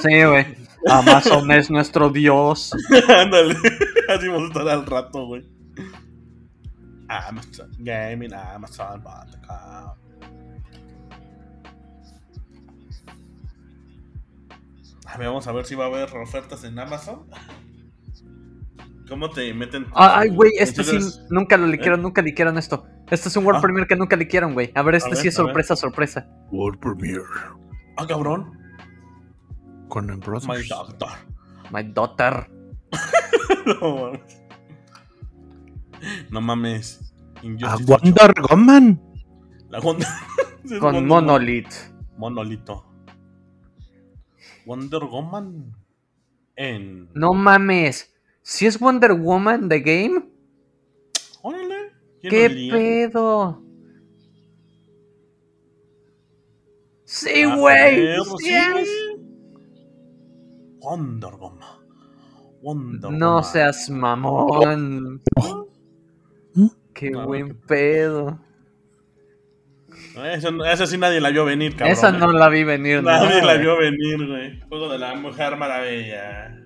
Sí, güey. Amazon es nuestro dios. Ándale, así vamos a estar al rato, güey. Amazon Gaming, Amazon.com. A ver, vamos a ver si va a haber ofertas en Amazon. ¿Cómo te meten? Ah, Ay, güey, este sí, Entonces, ¿Eh? nunca lo liquieron, nunca liquieron esto. Este es un World Ah. Premiere que nunca liquieron, güey. A ver, este A ver, sí es a ver. sorpresa, sorpresa. World Premiere. Ah, cabrón. Conan My Brothers. doctor. My daughter. No mames. No mames. A Injustice Wonder Woman. ocho. La Wonder- Es Con Wonder- Monolith. Monolito. Wonder Woman en. No mames. Si es Wonder Woman the game, Órale. ¿quién ¿qué lo Ah, diría? pedo? Sí, Ah, güey. perro, Sí sí, es. güey. Wonder Woman. Wonder No Woman. seas mamón. Qué No, buen pedo. Eso- Esa sí nadie la vio venir, cabrón. Esa no eh. la vi venir. Nadie nada, la güey. vio venir, güey. Juego de la Mujer Maravilla.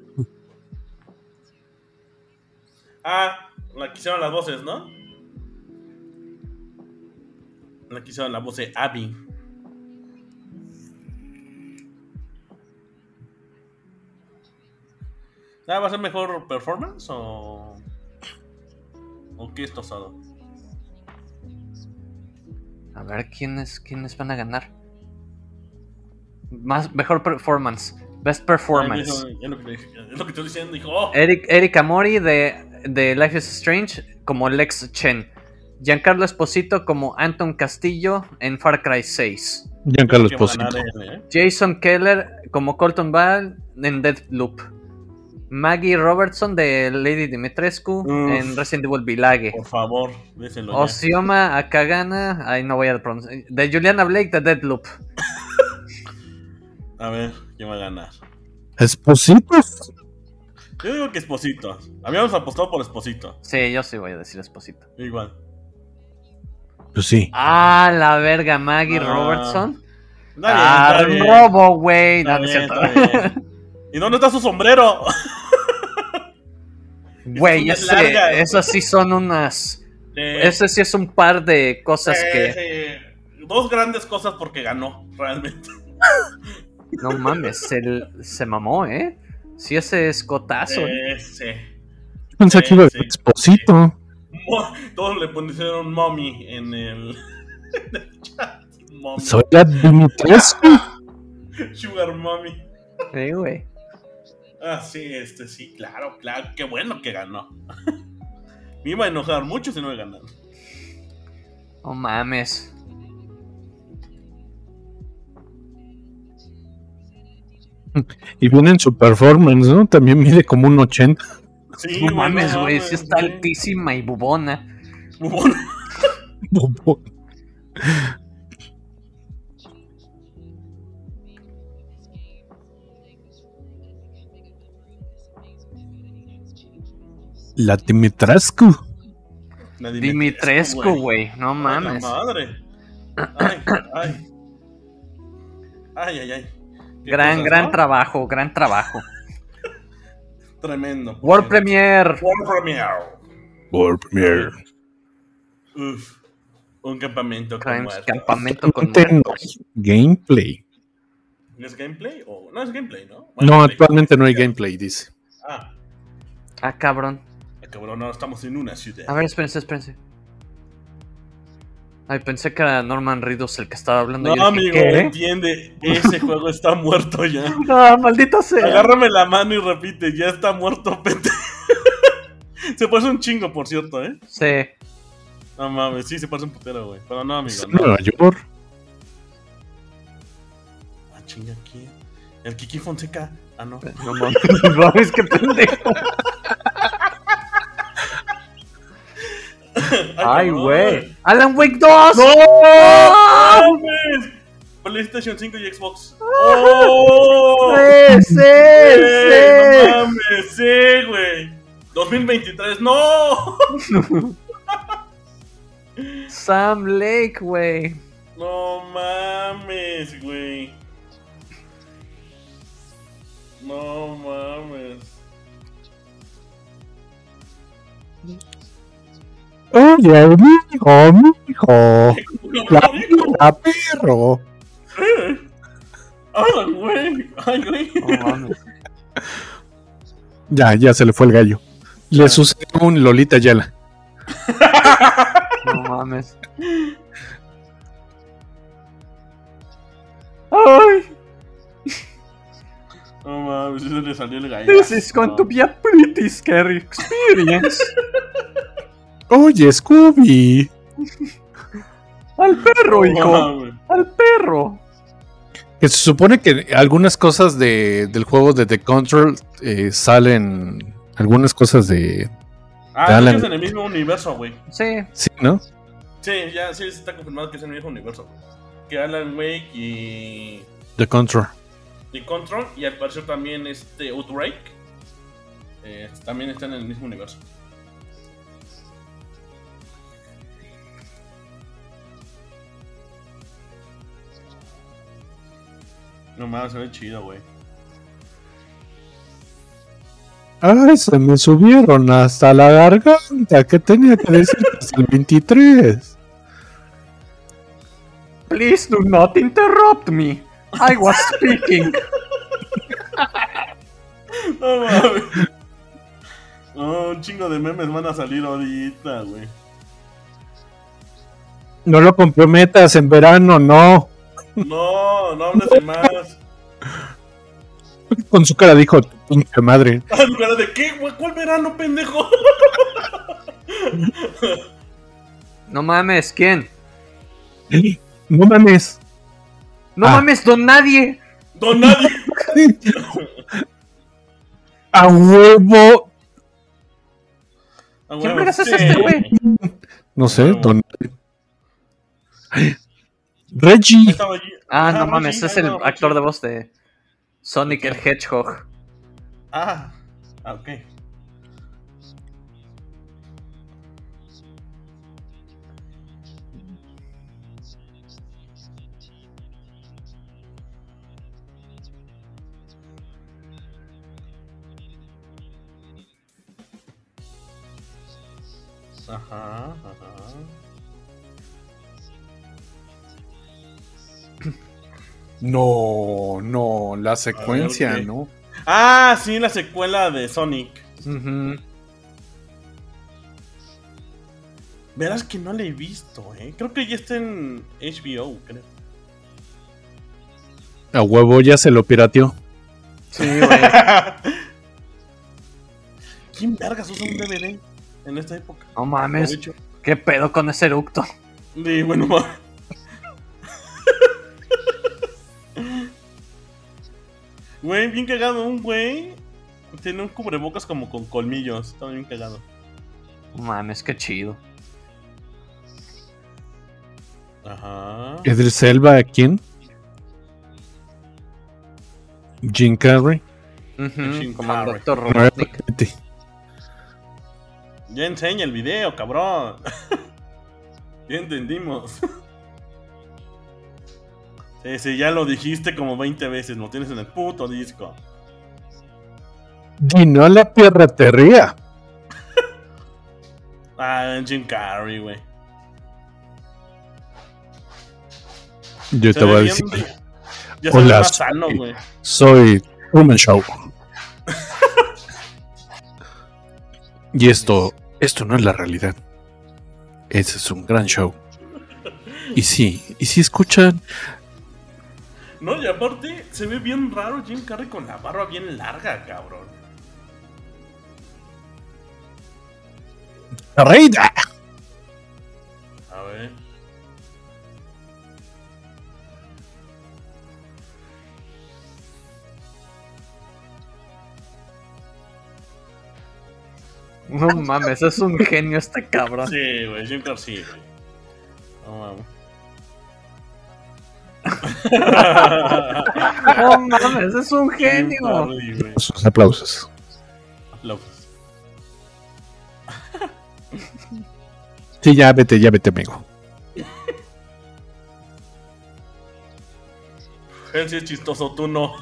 Ah, la quisieron las voces, ¿no? La quisieron la voz de Abby. Ah, ¿Va a ser mejor performance o.? ¿O qué es tosado? A ver quiénes, quiénes van a ganar. Más, mejor performance. Best performance. Eh, Ay, Ah, Es lo, que te dije- es lo que estoy diciendo, dijo. oh, Eric, Eric Amori de, de Life is Strange como Lex Chen. Giancarlo Esposito como Anton Castillo en Far Cry 6. Giancarlo que va a Esposito. ganar él, ¿eh? Jason Keller como Colton Ball en Deadloop. Maggie Robertson de Lady Dimitrescu Uf. Oh, en Resident Evil Village. Por favor, díselo. ya. Osioma Akagana, ay no voy a pronunciar. De Juliana Blake de Deadloop. A ver, ¿quién va a ganar? Esposito. Yo digo que Esposito. Habíamos apostado por Esposito. Sí, yo sí voy a decir Esposito. Igual. Pues sí. Ah, la verga, Maggie Ah. Robertson. Está ah, bien, está bien. robo, güey. No, Está no es bien, cierto. está bien. ¿Y dónde está su sombrero? Güey, Esas ese- son las largas. esas sí son unas. Ese sí es un par de cosas que. Sí, sí. dos grandes cosas porque ganó, realmente. No mames, se, se mamó, ¿eh? Sí, ese escotazo. ¿eh? Ese. Yo pensé que iba a Sí, ser sí. Exposito. Mo- Todos le pusieron mommy en el, en el chat. Mommy. Soy la Dimitrescu. Sugar mommy. Eh, güey. Ah, sí, este, sí, claro, claro. Qué bueno que ganó. Me iba a enojar mucho si no me ganan. No mames. Y viene en su performance, ¿no? También mide como un 80. Sí, No güey, mames, güey. mames, Sí está güey. altísima y bubona. Bubón. La Dimitrescu. La Dimitrescu, güey. No Ay, la mames. madre. Ay, ay. Ay, ay, ay. Qué Gran, cosas, gran ¿no? trabajo, gran trabajo. Tremendo. World Premiere. World Premiere. World Premiere. Uf. Un campamento con Gran muertos. campamento con Nintendo Gameplay. ¿Es gameplay? O... No, es gameplay, ¿no? Bueno, No, gameplay. actualmente no hay gameplay, dice. Ah, Ah, cabrón. cabrón, no estamos en una ciudad. A ver, espérense, espérense. Ay, pensé que era Norman Reedus el que estaba hablando. no, Yo dije, amigo, ¿qué? entiende. Ese juego está muerto ya. Ah, maldito sea. Agárrame la mano y repite, ya está muerto, pete. se parece un chingo, por cierto, ¿eh? Sí. No mames, sí, se parece un putero, güey. Pero no, amigo, ¿Está en no. Nueva York. Ah, chinga, ¿quién? El Kiki Fonseca. Ah, no. No mames, mames, qué pendejo. Ay, cabrón. güey. Alan Wake Ah, 2. ¡No ¡No! mames! PlayStation 5 y Xbox. ¡Oh! Sí, sí, Güey, sí. ¡No mames! ¡Sí, güey! ¡2023! ¡No! Sam Lake, güey. ¡No mames, güey! ¡No mames! Oye, amigo, amigo. La, ¡Hola, la perro. Ah, güey! ¡Ay, güey! No mames. Ya, ya se le fue el gallo. Le sucedió un Lolita Yala. No mames. Ay, No mames, se le salió el gallo. this is going to be a pretty scary experience. Oye, Scooby. Al perro, hijo. No mames. Al perro. Que se supone que algunas cosas de- del juego de The Control eh, salen. Algunas cosas de. Ah, creo Alan. que es en el mismo universo, güey. Sí. Sí, ¿no? Sí, ya sí está confirmado que es en el mismo universo, güey. Que Alan Wake y. The Control. y Control y al parecer también este Outbreak eh, también están en el mismo universo. No mames, se ve chido, güey. Ay, se me subieron hasta la garganta. Que tenía que decir hasta el 23. Please do not interrupt me. I was speaking. No mames. No, un chingo de memes van a salir ahorita, güey. No lo comprometas en verano, no. No, no hables de más. Con su cara dijo, "Tu pinche madre. Ah, ¿en cara de qué, güey? ¿Cuál verano, pendejo? No mames, ¿quién? No mames. No Ah. mames, don nadie. Don nadie. A huevo. Ah, ¿Quién güey, vergas es Ah, sí. este, güey? No sé, Huevo. don. Reggie. Estaba allí. Ah, Ajá, no mames, Reggie, es ah, el no, Reggie. actor de voz de Sonic el Hedgehog. Ah, ah, ok. Ajá, ajá. No, no, la secuencia, Ah, ok. ¿no? Ah, sí, la secuela de Sonic. Ujú. Verás que no la he visto, ¿eh? Creo que ya está en HBO, creo. A huevo ya se lo pirateó. Sí, güey. ¿Quién vergas usa un DVD en esta época? No mames. Aprovecho. ¿Qué pedo con ese eructo? Y bueno, ma- Güey, bien cagado, un güey. Tiene un cubrebocas como con colmillos. Está bien cagado. No mames, qué chido. Ajá. Edel Selva, ¿a quién? Jim Carrey. Ujú, Jim Como el Carrey. Dr. Mario Robotnik. Benedetti. Ya enseña el video, cabrón. ya entendimos. sí, sí, ya lo dijiste como 20 veces. Lo tienes en el puto disco. Dino la piratería. Ah, Jim Carrey, güey. Yo te Se voy a ve decir, bien- Ya se ve Hola, más sano, soy- güey. soy Truman Show. y esto, esto no es la realidad. Ese es un gran show. Y sí, y si escuchan, No, y aparte se ve bien raro Jim Carrey con la barba bien larga, cabrón. la reina. A ver. No mames, es un genio este cabrón. Sí, güey, Jim Carrey sí, güey. No mames. No mames, es un Jim genio. Carrey, güey. Sus aplausos. Aplausos. Sí, ya vete, ya vete, amigo. Él sí es chistoso, tú no.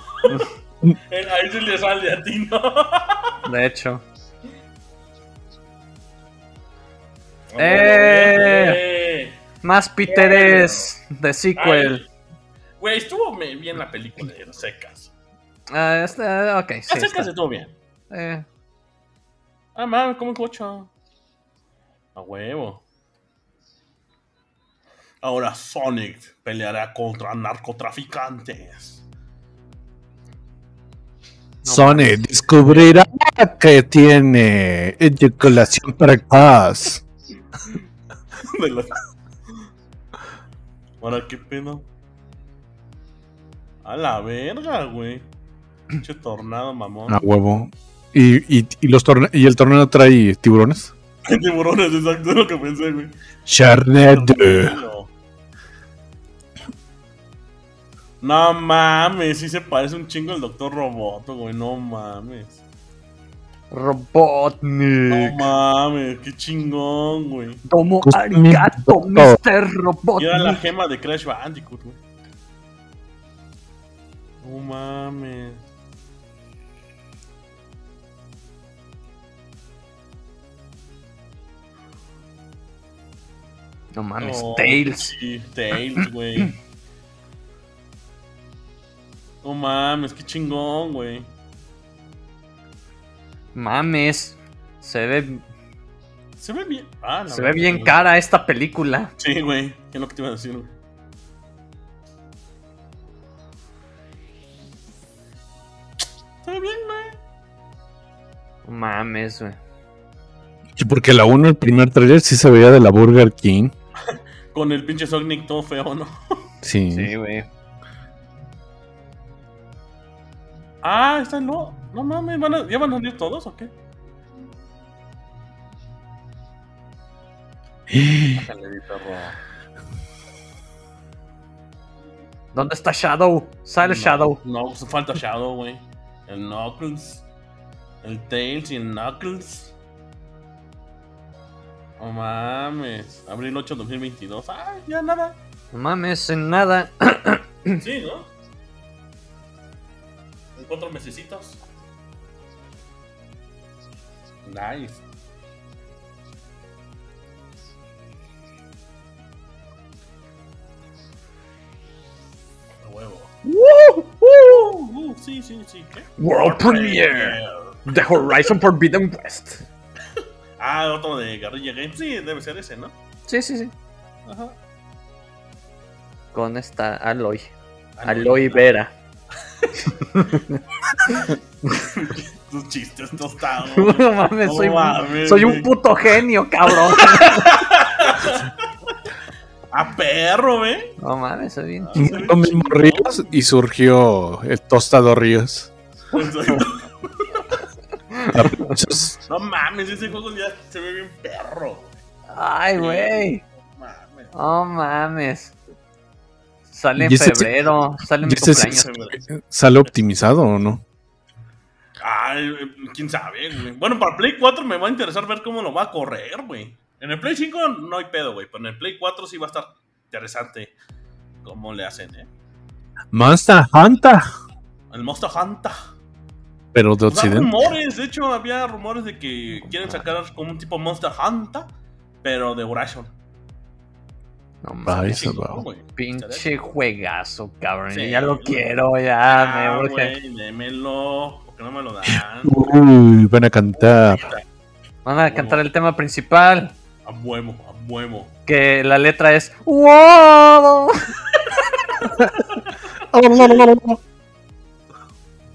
Él- a él sí le sale, a ti no. De hecho, ¡Eh! más Peteres de sequel. Güey, estuvo me- bien la película de secas. Ah, está- ok, sí. A secas está. estuvo bien. Eh, Ah, man, como un cocho. A huevo. Ahora Sonic peleará contra narcotraficantes. Sony descubrirá que tiene eyaculación precoz. De la- Ahora, ¿qué pedo? A la verga, güey. Pinche tornado, mamón. A huevo. Y, y- y los torne- y el torneo trae tiburones. Tiburones, exacto, es lo que pensé, güey. Charnado. No mames, sí se parece un chingo al Doctor Roboto, güey. No mames. No Robotnik. mames, qué chingón, güey. Tomo Pues, mi- arigato, Mr. doctor. Y era la Robotnik. gema de Crash Bandicoot, güey. No mames. No mames, No, Tails. sí, Tails, güey. No mames, qué chingón, güey. Mames. Se ve, Se ve bien. Ah, la se ve verga, bien güey. cara esta película. Sí, güey. ¿Qué es lo que te iba a decir, güey? Está bien, güey. No mames, güey. Y porque la 1, el primer trailer, sí se veía de la Burger King. Con el pinche Sonic todo feo, ¿no? Sí. Sí, güey. Ah, está no. No mames, ¿van a- ¿ya van a salir todos o qué? ¿Dónde está Shadow? Sale No, Shadow. No, pues falta Shadow, güey. El Knuckles. El Tails y el Knuckles. No mames. Abril 8 2022. Ah, ya nada. No mames, en nada. Sí, ¿no? En cuatro mesecitos. Nice. Uh, sí, sí, sí. ¿Qué? World Premiere de Horizon Forbidden West. Ah, otro de Guerrilla Games. Sí, debe ser ese, ¿no? Sí, sí, sí. Ajá. Con esta Aloy. Ah, no, Aloy no. Vera. Tus chistes tostados. No mames, No soy, un- mames, soy güey. un puto genio, cabrón. A Ah, perro, ¿eh? No mames, soy bien. Ah, se ve Lo mismo chingón. Ríos y surgió el tostado Ríos. Pues, No mames, ese juego ya se ve bien perro. Ay, güey. No mames. No mames. Sale Y en ese- febrero. Sale en mi y ese- cumpleaños. ¿Sale optimizado o no? Ay, quién sabe, güey. Bueno, para Play 4 me va a interesar ver cómo lo va a correr, güey. En el Play 5 no hay pedo, güey. Pero en el Play 4 sí va a estar interesante cómo le hacen, ¿eh? Monster Hunter, El Monster Hunter. pero de O sea, Occidente. rumores, de hecho, había rumores de que quieren sacar como un tipo Monster Hunter, pero de Horizon. No Ay, mames. se va. güey. Pinche juegazo, cabrón. Sí, Yo ya lo güey. quiero, ya Ah, me urge. güey, démelo. ¿Por qué no me lo dan? Uy, van a cantar. Van a cantar el tema principal. A huevo, a huevo. Que la letra es ¡Wow!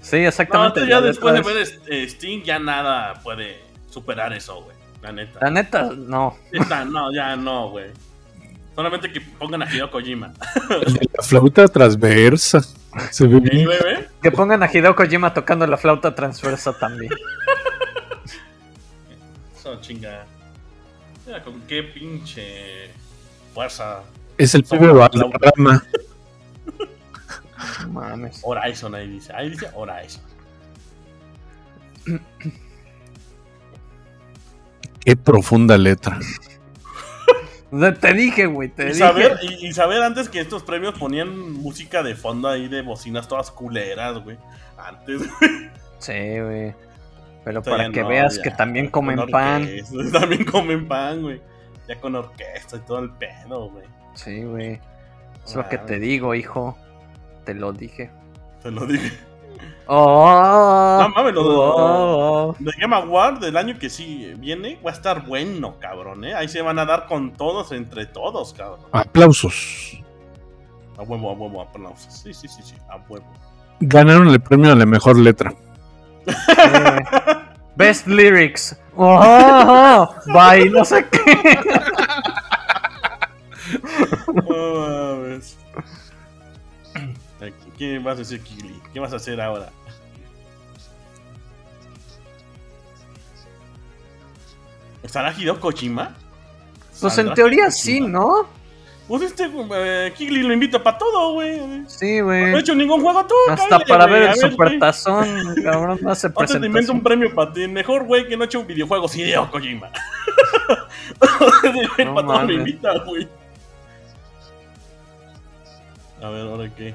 Sí, No, exactamente. esto ya la después de letra ver es- este, Steam, ya nada puede superar eso, güey. La neta. La neta, no. Esta, no, ya no, güey. Solamente que pongan a Hideo Kojima. El de La flauta transversa. Se ve ¿Sí, bien. güey, güey? Que pongan a Hideo Kojima tocando la flauta transversa también. Eso chinga. Mira, con qué pinche fuerza Es el pibe Valderrama. No Mames. Horizon ahí dice. Ahí dice Horizon. Qué profunda letra. Te- Te dije, güey, te Y dije. saber, y, y saber antes que estos premios ponían música de fondo ahí de bocinas todas culeras, güey. Antes, Sí, güey. Pero Ahorita para ya que no, veas ya, que también con comen pan. orquesta, También comen pan, güey. Ya con orquesta y todo el pedo, güey. Sí, güey. Es lo Ah, que te digo, hijo. Te lo dije. Te lo dije. Oh, No mames, lo- oh, oh. The Game Award del año que sí viene va a estar bueno, cabrón, ¿eh? Ahí se van a dar con todos entre todos, cabrón. Aplausos. A huevo, a huevo, aplausos. Sí, sí, sí, sí, a huevo. Ganaron el premio a la mejor letra. Sí, güey. Best lyrics. Oh, oh, oh. Bye, no sé qué. No mames. ¿Qué vas a decir, Kili? ¿Qué vas a hacer ahora? ¿Estará Hideo Kojima? Pues en ¿Saldrá teoría Hideo sí, Kojima? ¿no? Pues este eh, Kili lo invita para todo, güey. No Sí, güey. he hecho ningún juego tú. Hasta cállate, para güey, ver a el güey. supertazón, cabrón, no hace Antes te invento un presentación. premio para ti. Mejor, güey, que no he hecho un videojuego. Sí, Hideo Kojima. El No patrón me mames. invita, güey. A ver, ahora qué.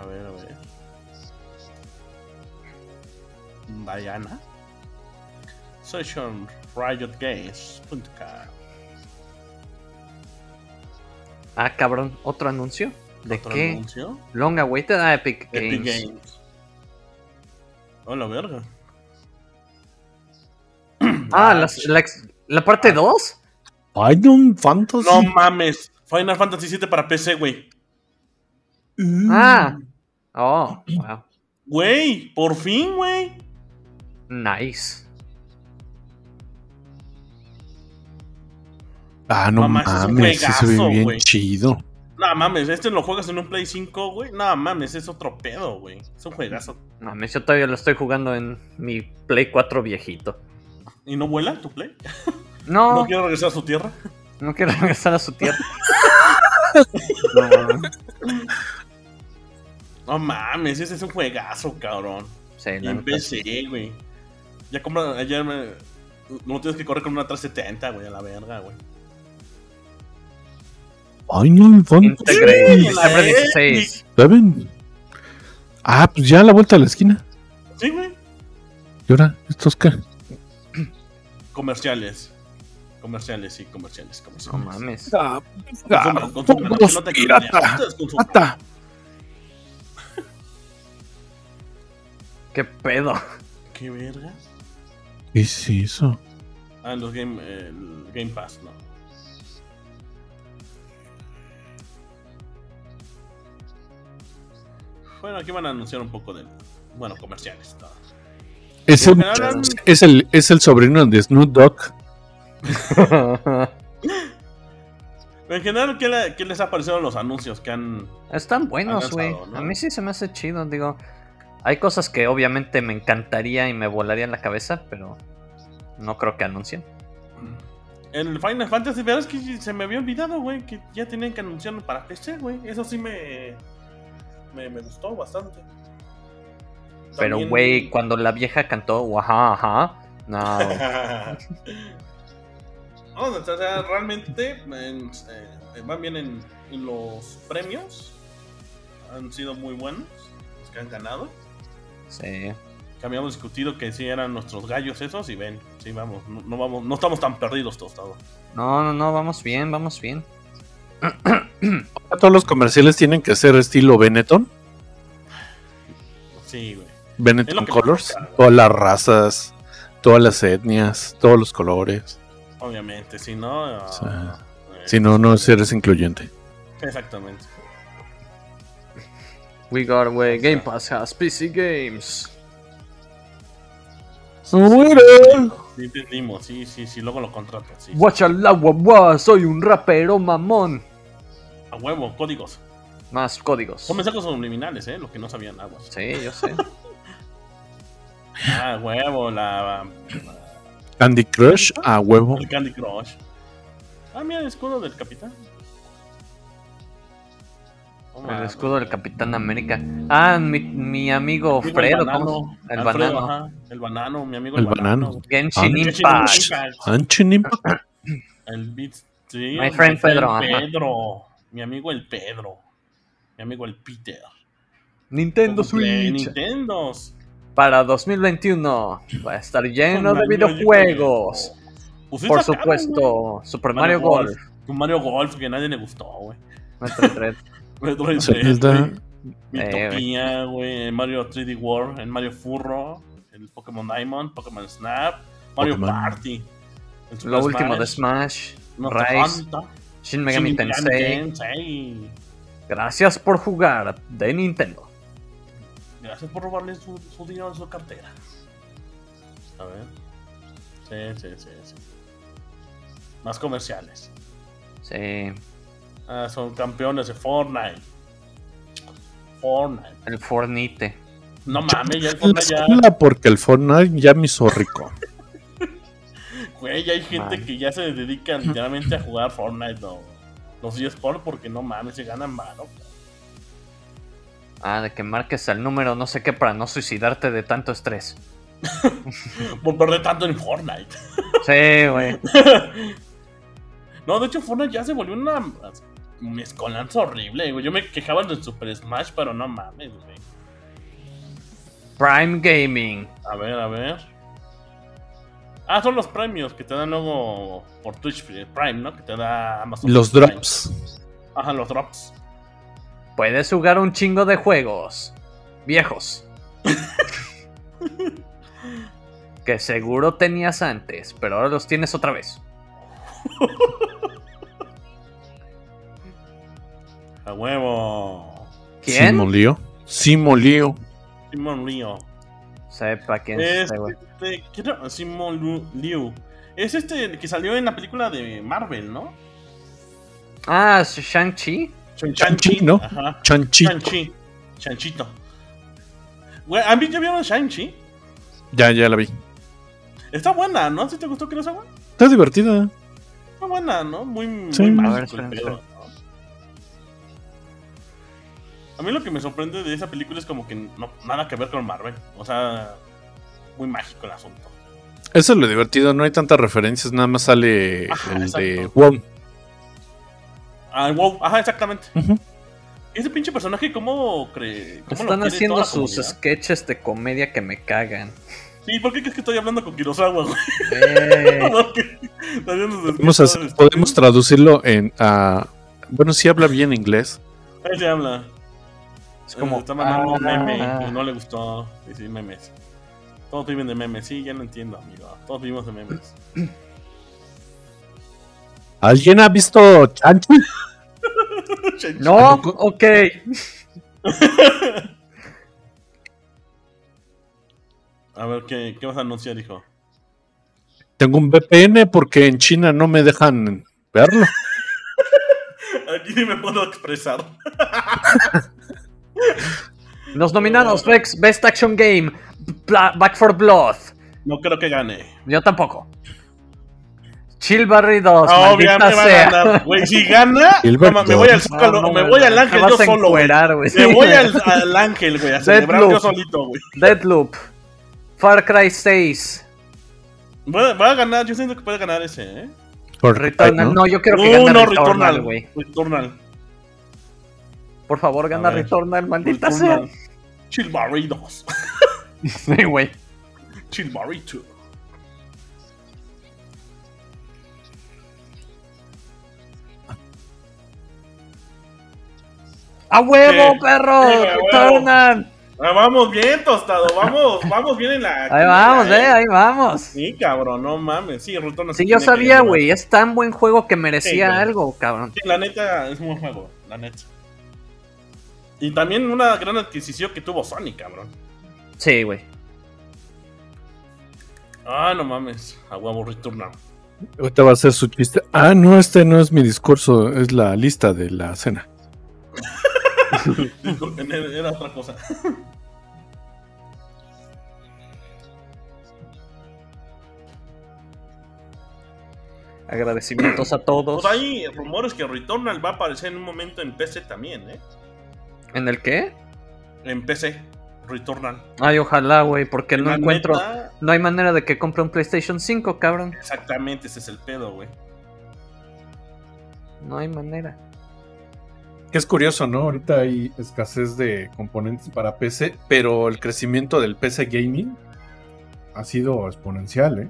A ver, a ver. Diana. Session riotgames.com Ah, cabrón, otro anuncio. ¿De ¿Otro qué? anuncio? Long awaited a Epic Games. Epic Games. Hola, verga. Ah, las- la, ex- la Ah. parte 2? Ay, un Pues fantasy. No mames. Final Fantasy VII para PC, güey. Ah. Oh, wow. Güey, por fin, güey. Nice. Ah, no Mamá, ese es un mames. Se ve juegazo, bien güey. chido. No mames, este lo juegas en un Play 5, güey. No mames, es otro pedo, güey. Es un juegazo. Mames, yo todavía lo estoy jugando en mi Play 4 viejito. ¿Y no vuela tu Play? No, ¿No quiere regresar a su tierra? regresar a su tierra. No, mames. No mames, ese es un juegazo, cabrón. sí, Y la en neta, sí. PC, güey. Ya compra, ayer me... No tienes que correr con una 370, güey, a la verga, güey. Ay, no, un Integrate, Sí, fantasy. la diciembre Epic. 16. ¿Saben? Ah, pues ya a la vuelta de la esquina. Sí, güey. ¿Y ahora? ¿Estos qué? comerciales. Comerciales, sí, comerciales, comerciales. No mames. Ah, Consuma, consuma, Vamos, no te pirata. creas, ustedes consuman. ¡Ata! ¿Qué pedo? ¿Qué vergas? ¿Qué es eso? Ah, los Game, el game Pass, no. Bueno, aquí van a anunciar un poco de. Bueno, comerciales. ¿no? Es el, Claro. es el, es el sobrino de Snoop Dogg. En general, ¿qué, le- qué les ha parecido los anuncios que han. Están buenos, Avanzado, güey. ¿no? A mí sí se me hace chido, digo. Hay cosas que obviamente me encantaría y me volaría en la cabeza, pero no creo que anuncien. El Final Fantasy, verdad es que se me había olvidado, güey, que ya tenían que anunciarlo para PC, güey. Eso sí me. Me, me gustó bastante. Pero, También- güey, cuando la vieja cantó, ajá, ajá, no. No, o sea, o sea, realmente en- eh, van bien en, en los premios. Han sido muy buenos los que han ganado. Sí. Que habíamos discutido que sí eran nuestros gallos esos y ven, sí vamos, no, no vamos, no estamos tan perdidos tostado. No, no, no, vamos bien, vamos bien. Todos los comerciales tienen que ser estilo Benetton. Sí, güey. Es Benetton lo que Colors. me gusta. Todas las razas, todas las etnias, todos los colores. Obviamente, si no. ah, sea, eh, Si no, no eres incluyente. Exactamente. We got away. Game Pass has PC Games. Sí, entendimos, sí, sí, sí, luego lo contrato. Sí. Guachala, guagua, soy un rapero mamón. A huevo, códigos. Más códigos. Son mensajes subliminales, ¿eh? Los que no sabían aguas. Sí, yo sé. Ah, huevo, la Candy Crush a huevo. El Candy Crush. Ah, mira el escudo del capitán. Toma, El escudo del Capitán América. Ah, mi, mi amigo Digo, Fredo, el banano. ¿cómo se- El Alfredo, banano. ajá, el banano, mi amigo. El banano. Genshin Ah. Impact. Anchin Impact. El beat. Sí, My friend el Pedro. Pedro, ajá. Mi amigo el Pedro. Mi amigo el Peter. Nintendo Compré Switch. Nintendos. Para 2021 va a estar lleno de Mario videojuegos. Golf. Pues sí Por sacaron, güey, supuesto, Super Mario Mario Golf. Un Mario Golf que a nadie le gustó, güey. Metro Dread. Metroid Zelda. Dread, güey. Eh, güey. Mitopía, güey. el Mario 3D World, el Mario Furro, el Pokémon Diamond, Pokémon Snap, Mario Pokémon. Party. el Super Lo último de Smash, Smash. Monster Rise. Hunter, Shin Megami Shin Megami Tensei. Tensei. Gracias por jugar de Nintendo. Gracias por robarle su, su dinero a su cartera. A ver. Sí, sí, sí, sí. Más comerciales. Sí, Ah, son campeones de Fortnite. Fortnite. el Fornite. No mames, ya el La Fortnite ya. escuela porque el Fortnite ya me hizo rico. Güey, ya hay gente Man. que ya se dedica literalmente a jugar Fortnite, no. Los eSports porque no mames, se ganan malo. Ah, de que marques el número no sé qué para no suicidarte de tanto estrés. Por perder tanto en Fortnite. Sí, güey. No, de hecho Fortnite ya se volvió una mezcolanza horrible, güey. Yo me quejaba del Super Smash, pero no mames, güey. Prime Gaming. A ver, a ver. Ah, son los premios que te dan luego por Twitch eh, Prime, ¿no? Que te da Amazon. Los Prime. drops. Ajá, los drops. Puedes jugar un chingo de juegos. Viejos. que seguro tenías antes, pero ahora los tienes otra vez. A huevo. ¿Quién? Simolío. Simolío. Simon Río. Sepa quién es Es ese, güey. este, creo- Simon Lu- Liu. Es este el que salió en la película de Marvel, ¿no? Ah, Shang-Chi. Shang-Chi, ¿no? Ajá. Chanchi. Shang-Chi. Shang-Chito. Güey, ¿han visto- ¿Ya vieron Shang-Chi? Ya, ya la vi. Está buena, ¿no? ¿Si te gustó que era esa güey? Está divertida. Está buena, ¿no? Muy, Sí. muy A ver, mágico el espera, pedo, ¿no? A mí lo que me sorprende de esa película es como que no, nada que ver con Marvel. O sea, muy mágico el asunto. Eso es lo divertido. No hay tantas referencias. Nada más sale Ajá, el de exacto. WOM. Ah, wow, ajá, exactamente. Ujú. Ese pinche personaje, ¿cómo cree? cómo lo Están quiere haciendo toda la sus comunidad? sketches de comedia que me cagan. Sí, ¿por qué crees que estoy hablando con Kurosawa, güey? Eh, Porque Podemos, este, hacer- podemos traducirlo en. ah, bueno, si habla bien inglés. Ahí se habla. Es como. Está mandando un ah, meme ah. y no le gustó. Sí, sí, memes. Todos viven de memes. Sí, ya lo entiendo, amigo. Todos vivimos de memes. ¿Alguien ha visto Chanchi? No, ok. A ver, ¿qué, qué vas a anunciar, hijo? Tengo un VPN porque en China no me dejan verlo. Aquí ni me puedo expresar. Los nominados: Rex, Best Action Game, Bla- Back for Blood. No creo que gane. Yo tampoco. Chill Barry 2. Pues Ah, maldita Obviamente va a sea. ganar. Güey, si gana, Gilbert toma, me Jones. voy al No, Zócalo, no, me güey, voy al te ángel vas yo a solo, güey. encuerar, güey. Me voy al, al ángel, güey, a celebrar yo Deathloop. solito, güey. Deadloop. Far Cry 6. Va, va a ganar, yo siento que puede ganar ese, ¿eh? Por Returnal. ¿no? No, yo quiero que No, gane Uh, no, Returnal, güey. Returnal. Por favor, gana A ver. Returnal, maldita sea. Returnal. Chilbury 2. Sí, güey. Chilbury 2. ¡A huevo, Sí. perro! Sí, güey, a huevo. ¡Returnal! Ah, vamos bien, tostado, vamos, vamos bien en la. Ahí vamos, eh, ahí vamos. Sí, cabrón, no mames. Sí, Returnal. Sí, se yo tiene que sabía, llevar. güey. Es tan buen juego que merecía Sí, güey. algo, cabrón. Sí, la neta es un buen juego, la neta. Y también una gran adquisición que tuvo Sony, cabrón. Sí, güey. Ah, no mames, a huevo Returnal. Ahorita va a ser su chiste. Ah, no, este no es mi discurso, es la lista de la cena. Disculpen, era era otra cosa. Agradecimientos a Pues todos. hay rumores que Returnal va a aparecer en un momento en PC también, ¿eh? ¿En el qué? En PC, Returnal. Ay, ojalá, güey, porque no La encuentro. neta, No hay manera de que compre un PlayStation 5, cabrón. Exactamente, ese es el pedo, güey. No hay manera. Que es curioso, ¿no? Ahorita hay escasez de componentes para PC, pero el crecimiento del PC gaming ha sido exponencial, ¿eh?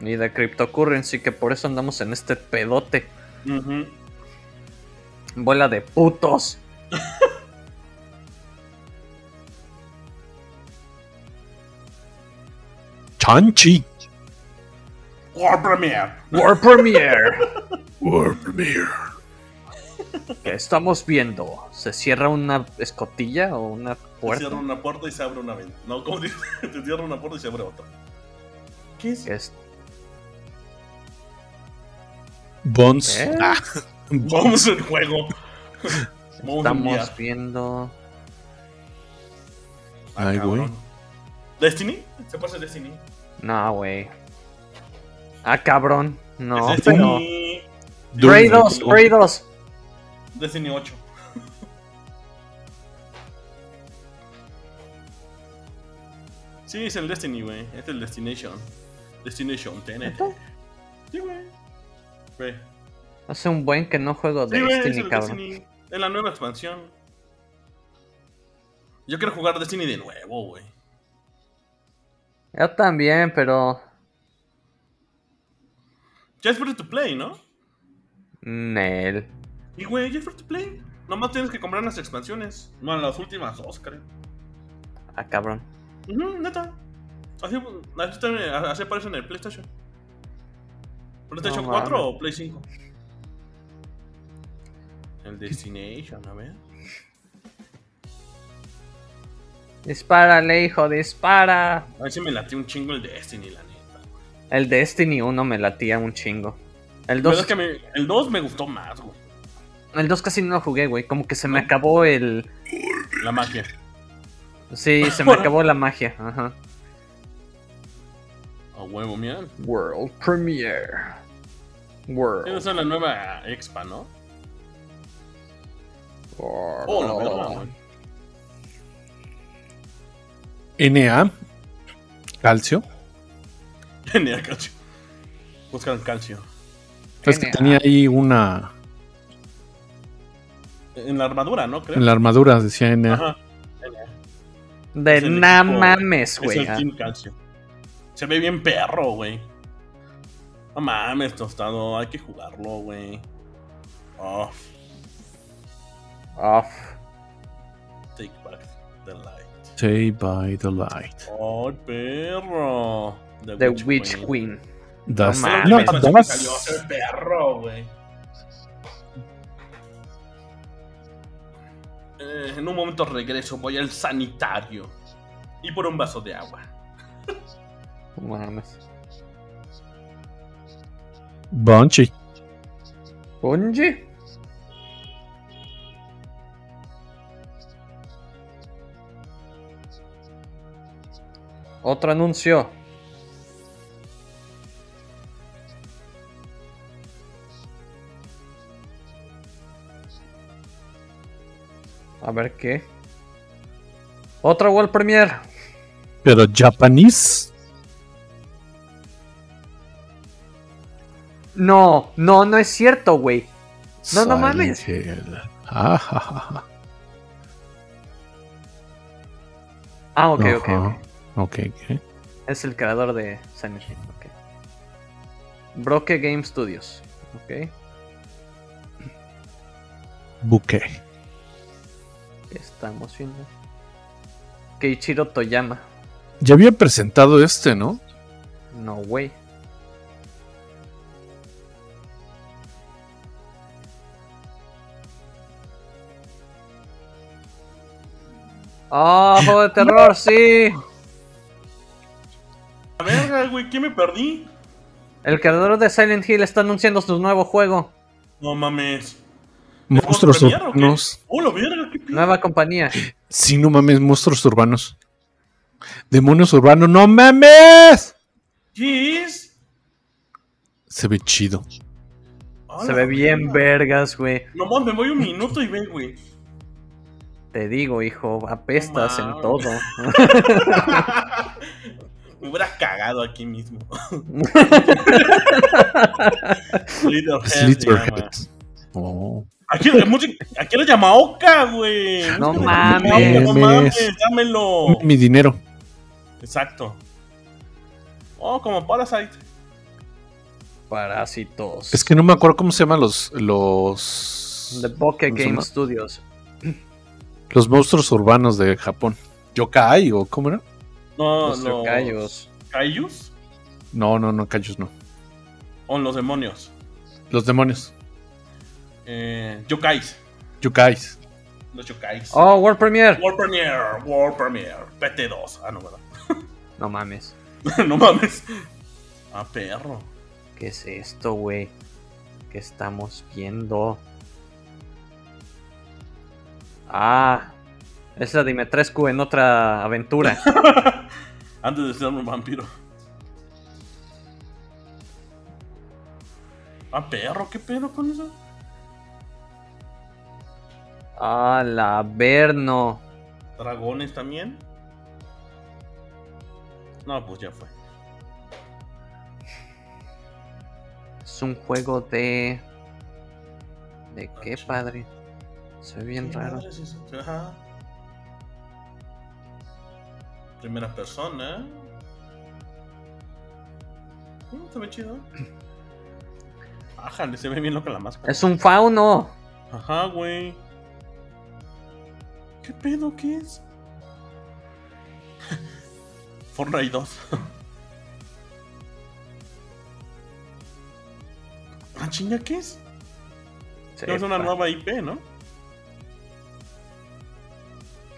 Ni de cryptocurrency, que por eso andamos en este pedote. Ujú. Bola de putos. Chanchi. War Premiere. World Premiere. World Premiere. ¿Qué estamos viendo? ¿Se cierra una escotilla o una Se puerta? cierra una puerta y se abre una ventana. No, ¿cómo dices? Te cierra una puerta y se abre otra. ¿Qué es? ¿Qué es? Bones. ¿Eh? Ah, Vamos en juego. Vamos en Estamos viendo. Ay, güey. cabrón. ¿Destiny? ¿Se pasa Destiny? No, güey. Ah, cabrón. No, Es este? pero. Destiny. Doom. Prey 2, Prey 2. Destiny 8. Sí, es el Destiny, güey. Es el Destination. Destination, TNT. ¿Neta? Sí, güey. Güey. Hace un buen que no juego de Sí, güey, es Destiny, el cabrón. Destiny. Es la nueva expansión. Yo quiero jugar Destiny de nuevo, güey. Yo también, pero. Ya es free to play, ¿no? Nel. Y, güey, ya es free to play. Nomás tienes que comprar las expansiones. Bueno, las últimas dos, creo. Ah, cabrón. Ujú, neta. Así, pues, así, también- así aparece en el PlayStation. ¿PlayStation No 4 mames. o Play 5? El Destination, a ver. Dispárale, hijo, dispara. A ver si me latió un chingo el Destiny, la neta. El Destiny 1 me latía un chingo. El Pero es 2, que me- el 2 me gustó más, güey. el 2 casi no lo jugué, güey. Como que se me ¿No? acabó el. La magia. Sí, se me acabó la magia. Ajá. A huevo, mira. World Premiere. World. Esa es la nueva expa, ¿no? Oh, la verdad, güey. NA. Calcio. Tenía calcio. Buscan calcio. Es que NA. tenía ahí una. En la armadura, ¿no? Creo. En la armadura decía NA. Ajá. De Es el na equipo- mames, Es ah. güey. el Team Calcio. Se ve bien perro, güey. No mames, tostado, hay que jugarlo, güey. Oh, Ah, take back the light. Say by the light. Ay, perro. The Witch Queen. Das- No No, mames. No, no, das- salió a ser perro, güey. Eh, en un momento regreso, voy al sanitario. Y por un vaso de agua. No mames. Bungie. Bungie. Otro anuncio. A ver qué. Otra World Premiere. Pero japonés. No, no, no es cierto, güey. No, no mames. Ah, ok, ok, ok. ok. ok. Es el creador de Silent Hill, ok. Broke Game Studios, ok. Buque. ¿Qué estamos viendo? Keiichiro Toyama. Ya había presentado este, ¿no? No, güey. ¡Ah, juego de terror, sí! A ver, güey, ¿qué me perdí? El creador de Silent Hill está anunciando su nuevo juego. No mames. Monstruos ¿Es World Premiere o qué? urbanos. ¡Oh, la verga! ¿Qué pedo? Nueva compañía. Sí, no mames, monstruos urbanos. Demonios urbanos, no mames. ¿Qué es? Se ve chido. Ah, Se la ve bien verga. vergas, güey. Nomás me voy un minuto y ve, güey. Te digo, hijo, apestas en mames. todo. Me hubiera cagado aquí mismo. Slitherhead se llama. Slitherhead. Oh. Aquí, aquí lo llama Oca, güey. No Búscale, mames. No mames, dámelo. Mi dinero. Exacto. Oh, como Parasite. Parásitos. Es que no me acuerdo cómo se llaman los. Los, The Bokeh ¿cómo se Game llama? Studios. los monstruos urbanos de Japón. Yokai o cómo era? No, Los los yokaios. Kaijus No, no, no, callos no. o los demonios. Los demonios. Eh, yokais. Yokais. Los yokais. Oh, World Premiere. World Premiere, World Premiere, PT2. Ah, no, ¿verdad? No mames. no mames. Ah, perro. ¿Qué es esto, güey? ¿Qué estamos viendo? Ah, es la Dimetrescu en otra aventura. Antes de ser un vampiro. Ah, perro, ¿qué pedo con eso? Ah, la Verno. Dragones también. No, pues ya fue. Es un juego de. ¿De qué, Ah, padre? Se ve bien ¿Qué raro. madres es eso? Ajá. Primera persona. Mm, se ve chido. Ájale, se ve bien loca la máscara. Es un fauno. Ajá, güey. ¿Qué pedo qué es? Fortnite 2. ah, chinga, ¿qué es? Sí, Creo que Es una pa- nueva IP, ¿no?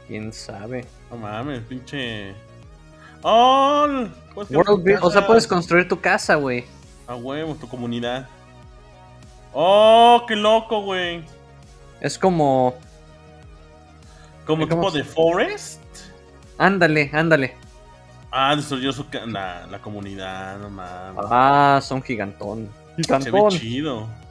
¿Quién sabe? No mames, pinche. ¡Oh! Puedes crear World tu build- o sea, casa. puedes construir tu casa, güey. A huevo, tu comunidad. ¡Oh! ¡Qué loco, güey! Es como. Como ¿Y cómo tipo se- de Forest. Ándale, ándale. Ah, destruyó su ca- la, la comunidad, no mames. Ah, son gigantón. Se ve Gigantón. chido.